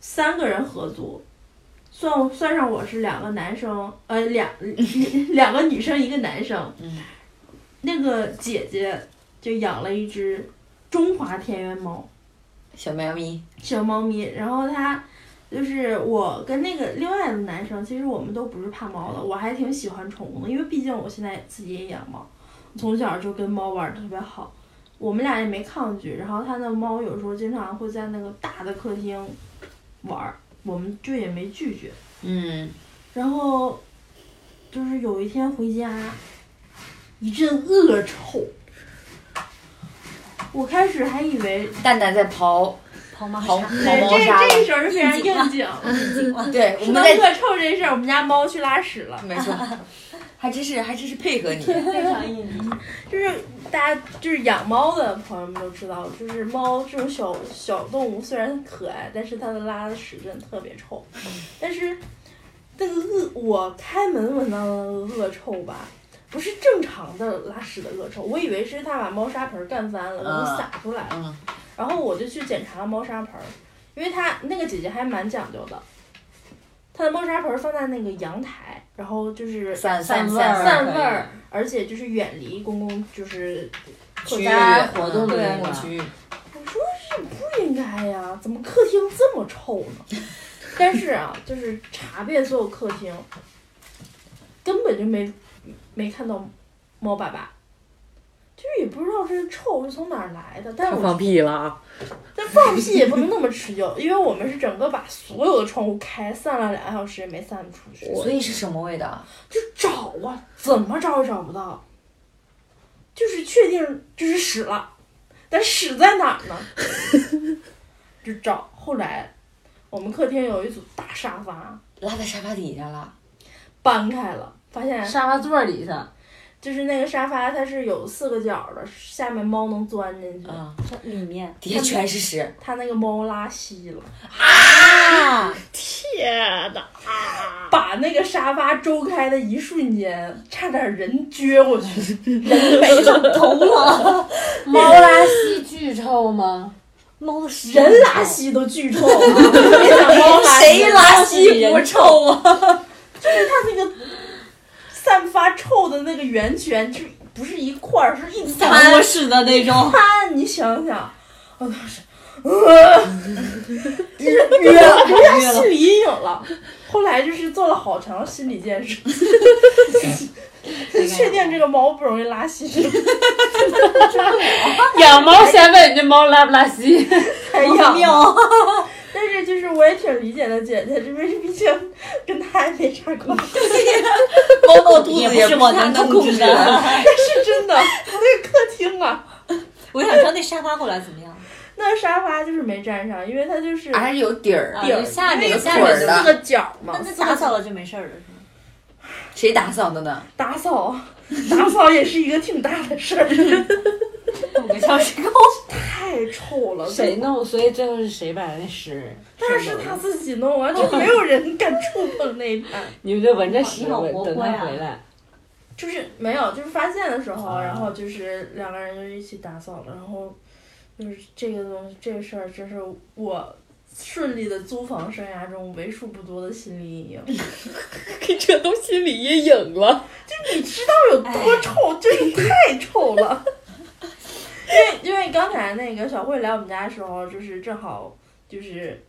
Speaker 3: 三个人合租，算算上我是两个男生，呃，两 [laughs] 两个女生一个男生。
Speaker 2: 嗯
Speaker 3: 那个姐姐就养了一只中华田园猫，
Speaker 2: 小喵咪，
Speaker 3: 小猫咪，然后它就是我跟那个另外的男生，其实我们都不是怕猫的，我还挺喜欢宠物的，因为毕竟我现在自己也养猫，从小就跟猫玩的特别好，我们俩也没抗拒。然后他的猫有时候经常会在那个大的客厅玩儿，我们就也没拒绝。
Speaker 2: 嗯，
Speaker 3: 然后就是有一天回家，一阵恶臭，我开始还以为
Speaker 2: 蛋蛋在刨
Speaker 5: 跑马
Speaker 2: 刨
Speaker 5: 啥？
Speaker 2: 刨猫砂
Speaker 3: 这
Speaker 2: 了
Speaker 3: 这时候是非常应景。
Speaker 2: 对，我
Speaker 3: 说
Speaker 2: 们
Speaker 3: 到
Speaker 2: 在
Speaker 3: 恶臭这事儿，我们家猫去拉屎了，
Speaker 2: 没错，还真是还真是配合你。
Speaker 3: 非常应景。就是大家就是养猫的朋友们都知道，就是猫这种小小动物虽然可爱，但是它的拉的屎真的特别臭。但是那个恶，我开门闻到的恶臭吧，不是正常的拉屎的恶臭，我以为是它把猫砂盆干翻了，然后洒出来了。
Speaker 2: 嗯，
Speaker 3: 然后我就去检查了猫砂盆儿，因为她那个姐姐还蛮讲究的，她的猫砂盆儿放在那个阳台，然后就是
Speaker 2: 散散
Speaker 3: 散
Speaker 2: 散
Speaker 3: 散味儿，而且就是远离公共就是
Speaker 2: 区域
Speaker 3: 大家
Speaker 4: 活动的
Speaker 2: 对
Speaker 4: 地方
Speaker 2: 区域，
Speaker 3: 我说是不应该呀，怎么客厅这么臭呢？ [laughs] 但是啊，就是查遍所有客厅，根本就没没看到猫爸爸，就是也不知道这臭是从哪儿来的。但
Speaker 1: 他
Speaker 3: 是
Speaker 1: 放
Speaker 3: 我
Speaker 1: 屁了啊！
Speaker 3: 但放屁也不能那么持久，因为我们是整个把所有的窗户开，散了两个小时也没散出去，
Speaker 2: 所以是什么味道？
Speaker 3: 就找啊，怎么找也找不到，就是确定就是屎了，但屎在哪儿呢？ [laughs] 就找。后来我们客厅有一组大沙发，
Speaker 2: 拉在沙发底下了。
Speaker 3: 搬开了，发现
Speaker 4: 沙发座底下，
Speaker 3: 就是那个沙发它是有四个角的，下面猫能钻进去，
Speaker 2: 啊、
Speaker 5: 这里面
Speaker 2: 底下全是屎，
Speaker 3: 它那个猫拉稀了，
Speaker 2: 啊，
Speaker 3: 把那个沙发周开的一瞬间，差点人撅过去，人没了，
Speaker 2: 疼了！
Speaker 4: 猫拉稀巨臭吗？
Speaker 5: 猫的屎
Speaker 3: [laughs] 人拉稀都巨臭、啊，别想猫拉稀，
Speaker 2: 谁拉稀不臭啊？
Speaker 3: 它那个散发臭的那个源泉，就不是一块儿，是一滩
Speaker 2: 卧室的那种，
Speaker 3: 滩，你想想，我当 [laughs] 时。呃，
Speaker 2: 约了
Speaker 3: 留下
Speaker 2: 约了
Speaker 3: 心理阴影 [laughs] 了。后来就是做了好长心理建 [laughs] 设，确定这个猫不容易拉稀，
Speaker 7: 养猫先问你这猫拉不拉稀，
Speaker 3: 才养。但是就是我也挺理解的姐姐，因为毕竟跟她也没啥关系。
Speaker 2: 猫闹肚子
Speaker 5: 也不是我
Speaker 2: 她
Speaker 5: 能
Speaker 2: 能
Speaker 5: 控制的。
Speaker 3: 但 [laughs] 是真的，那个客厅啊，
Speaker 5: [laughs] 我想知道那沙发后来怎么样。
Speaker 3: 那沙发就是没占上，因为它就是
Speaker 2: 还是有底儿
Speaker 5: 啊
Speaker 2: 啊，
Speaker 3: 顶儿，
Speaker 5: 下面
Speaker 3: 哎那个
Speaker 5: 下
Speaker 3: 腿
Speaker 2: 面
Speaker 3: 儿
Speaker 2: 的
Speaker 3: 四个角嘛
Speaker 5: 那。那啊打扫了就没事儿了，是吗？
Speaker 2: 谁打扫的呢？
Speaker 3: 打扫， [laughs] 打扫也是一个挺大的事儿，
Speaker 5: 五个小时后，
Speaker 3: [laughs] 太臭了。
Speaker 4: [laughs] 谁弄？所以最后是谁把那屎？
Speaker 3: 但是他自己弄啊， [laughs] 就没有人敢触碰那一盘，
Speaker 4: 你们就闻着屎，
Speaker 5: 你好活
Speaker 4: 等
Speaker 5: 泼呀
Speaker 4: 它回
Speaker 3: [laughs]
Speaker 4: 来。
Speaker 3: 就是没有，就是发现的时候，然后就是两个人就一起打扫了，然后就是这个东西，这个事儿，这是我顺利的租房生涯中为数不多的心理阴影。
Speaker 1: 这都心理阴影了。
Speaker 3: 你知道有多臭，就是太臭了。 [laughs] 因为因为刚才那个小慧来我们家的时候，就是正好就是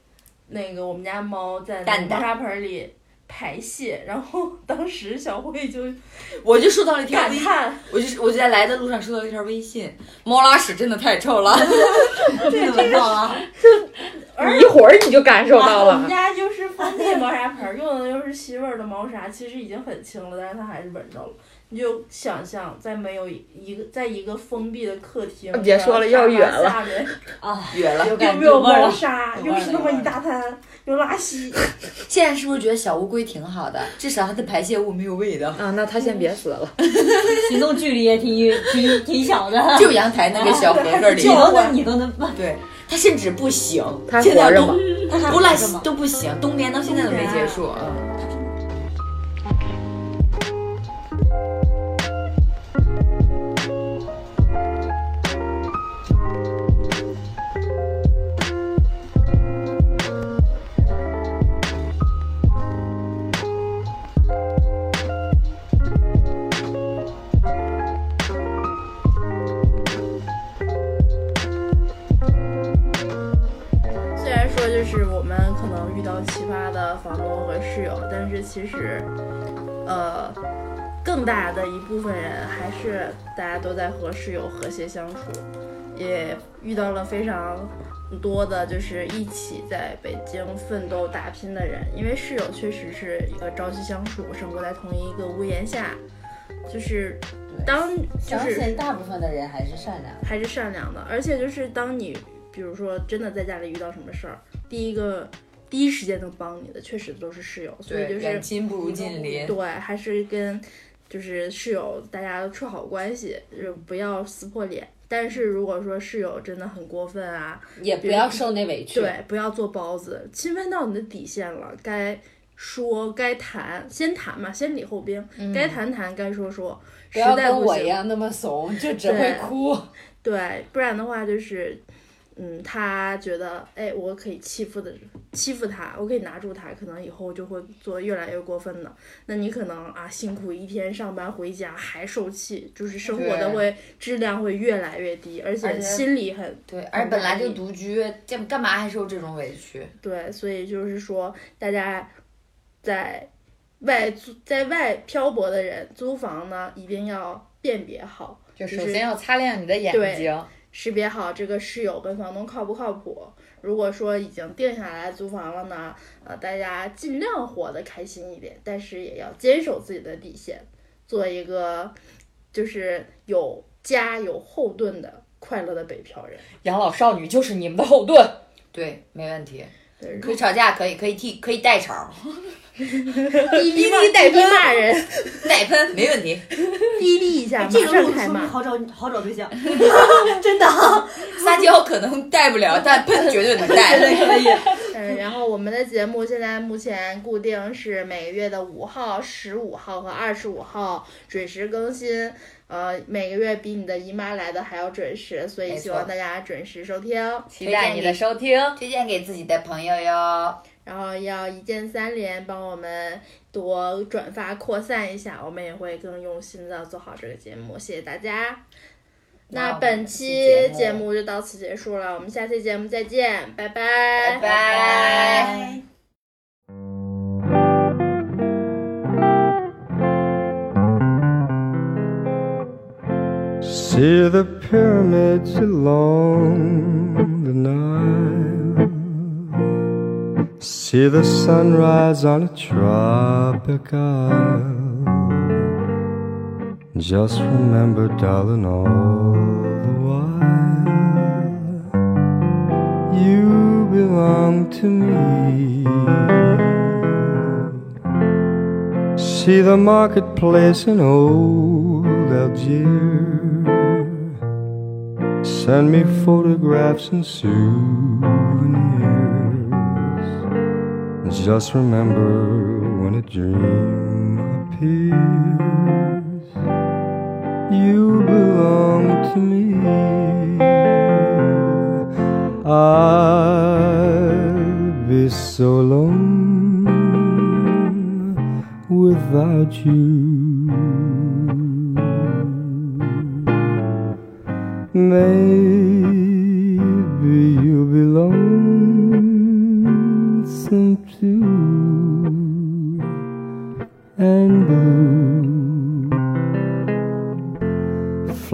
Speaker 3: 那个我们家猫在那
Speaker 2: 蛋
Speaker 3: 个
Speaker 2: 蛋
Speaker 3: 沙盆里排泄，然后当时小慧 [laughs] 就
Speaker 2: 我就收到了一条
Speaker 3: 感
Speaker 2: 微信，
Speaker 3: 叹，
Speaker 2: 我就我就在来的路上收到一条微信，猫拉屎真的太臭了。 [laughs]
Speaker 5: 这闻到了，
Speaker 3: 而
Speaker 1: 一会儿你就感受到
Speaker 3: 我们
Speaker 1: 了，
Speaker 3: 家就是放那猫砂盆，用的又是吸味儿的猫砂，其实已经很轻了，但是它还是闻到了。你就想象，在没有一个在一个封闭的客厅，
Speaker 1: 啊别说了要远了
Speaker 3: 下
Speaker 1: [laughs]
Speaker 3: 面
Speaker 2: 远了，
Speaker 5: 有
Speaker 3: 又
Speaker 5: 感
Speaker 3: 没
Speaker 5: 觉
Speaker 3: 啊有
Speaker 5: 味儿
Speaker 3: 猫
Speaker 5: 了。
Speaker 3: 砂，
Speaker 5: 有味
Speaker 3: 又
Speaker 5: 儿了
Speaker 3: 是那么一大滩，又拉稀。
Speaker 2: 现在是不是觉得小乌龟挺好的？至少它的排泄物没有味道。
Speaker 1: 啊，那他先别死了。
Speaker 5: 行动距离也挺远 [laughs] 挺挺小的，
Speaker 2: 就阳台那个小盒盒里
Speaker 5: 你，都能你都能，
Speaker 2: 对，它甚至不醒，
Speaker 1: 它
Speaker 2: 现在
Speaker 1: 活着
Speaker 2: 都
Speaker 1: 吗？
Speaker 5: 它还
Speaker 2: 不赖
Speaker 5: 活着吗
Speaker 2: 都不行，冬眠到现在都没结束啊。
Speaker 3: 虽然说就是我们可能遇到奇葩的房东和室友，但是其实，呃，更大的一部分人还是大家都在和室友和谐相处，也遇到了非常多的就是一起在北京奋斗打拼的人，因为室友确实是一个朝夕相处，生活在同一个屋檐下，就是当就
Speaker 4: 相
Speaker 3: 是
Speaker 4: 信大部分的人还是善良的。
Speaker 3: 还是善良的。而且就是当你比如说真的在家里遇到什么事儿，第一个第一时间能帮你的，确实都是室友，所以就
Speaker 2: 远
Speaker 3: 是
Speaker 2: 亲不如近邻。
Speaker 3: 对，还是跟就是室友大家处好关系，就是不要撕破脸。但是如果说室友真的很过分啊，
Speaker 4: 也不要受那委屈。
Speaker 3: 对，不要做包子，侵犯到你的底线了，该说该谈，先谈嘛，先礼后兵，
Speaker 4: 嗯
Speaker 3: 该谈谈，该说说，
Speaker 4: 不
Speaker 3: 实
Speaker 4: 要
Speaker 3: 在
Speaker 4: 跟
Speaker 3: 不
Speaker 4: 我
Speaker 3: 行
Speaker 4: 一样那么怂，就只会哭。
Speaker 3: 对，不然的话就是，嗯，他觉得，哎，我可以欺负的欺负他，我可以拿住他，可能以后就会做越来越过分的。那你可能啊，辛苦一天上班回家还受气，就是生活的
Speaker 2: 对
Speaker 3: 会质量会越来越低，而
Speaker 2: 而
Speaker 3: 且
Speaker 2: 且
Speaker 3: 心里很
Speaker 2: 对，而且本来就独居，干干嘛还受这种委屈？
Speaker 3: 对，所以就是说，大家在外租在外漂泊的人租房呢，一定要辨别好，
Speaker 2: 就
Speaker 3: 就
Speaker 2: 首
Speaker 3: 是
Speaker 2: 先要擦亮你的眼
Speaker 3: 对
Speaker 2: 睛，
Speaker 3: 识别好这个室友跟房东靠不靠谱。如果说已经定下来租房了呢，呃，大家尽量活得开心一点，但是也要坚守自己的底线，做一个就是有家有后盾的快乐的北漂人。
Speaker 1: 养老少女就是你们的后盾。
Speaker 2: 对，没问题。
Speaker 3: 对，如
Speaker 2: 可以吵架，可以可以替可以代吵，
Speaker 3: 滴滴
Speaker 2: 滴带
Speaker 3: 滴
Speaker 2: 喷
Speaker 3: 骂人， [laughs]
Speaker 2: 代喷没问题。
Speaker 3: 滴滴一下，啊马
Speaker 5: 哎这个路
Speaker 3: 上
Speaker 5: 子
Speaker 3: 开
Speaker 5: 说明
Speaker 3: 骂。
Speaker 5: 好找好找对 [laughs] 象，真的啊，
Speaker 2: 撒娇可能带不了，但喷 [laughs] 绝对能带。
Speaker 5: 可以。
Speaker 3: 嗯，然后我们的节目现在目前固定是每个月的五号、十五号和二十五号准时更新，呃，每个月比你的姨妈来的还要准时，所以
Speaker 2: 没
Speaker 3: 希
Speaker 2: 错
Speaker 3: 望大家准时收听，
Speaker 1: 期待你的收听，
Speaker 2: 推荐给自己的朋友哟，
Speaker 3: 然后要一键三连，帮我们多转发扩散一下，我们也会更用心的做好这个节目，谢谢大家。那
Speaker 2: 那我们
Speaker 3: 本
Speaker 2: 这期
Speaker 3: 期
Speaker 2: 节
Speaker 3: 节
Speaker 2: 目
Speaker 3: 目就到此结束了，我们下期节目再见，拜拜，
Speaker 2: 拜拜。
Speaker 5: 哎
Speaker 8: See the pyramids along the Nile. See the sunrise on a tropic isle. Just remember, darling, all the while you belong to me. See the marketplace in old Algiers. Send me photographs and souvenirs. Just remember when a dream appears, you belong to me. I'd be so lonely without you. Maybe you'll be lonesome too and blue.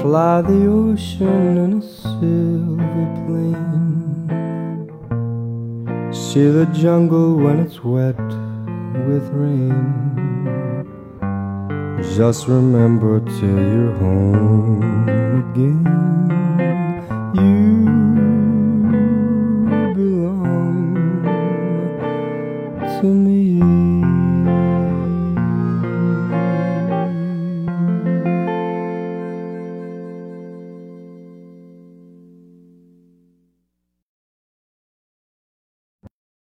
Speaker 8: Fly the ocean in a silver plane. See the jungle when it's wet with rain. Just remember till you're home again. You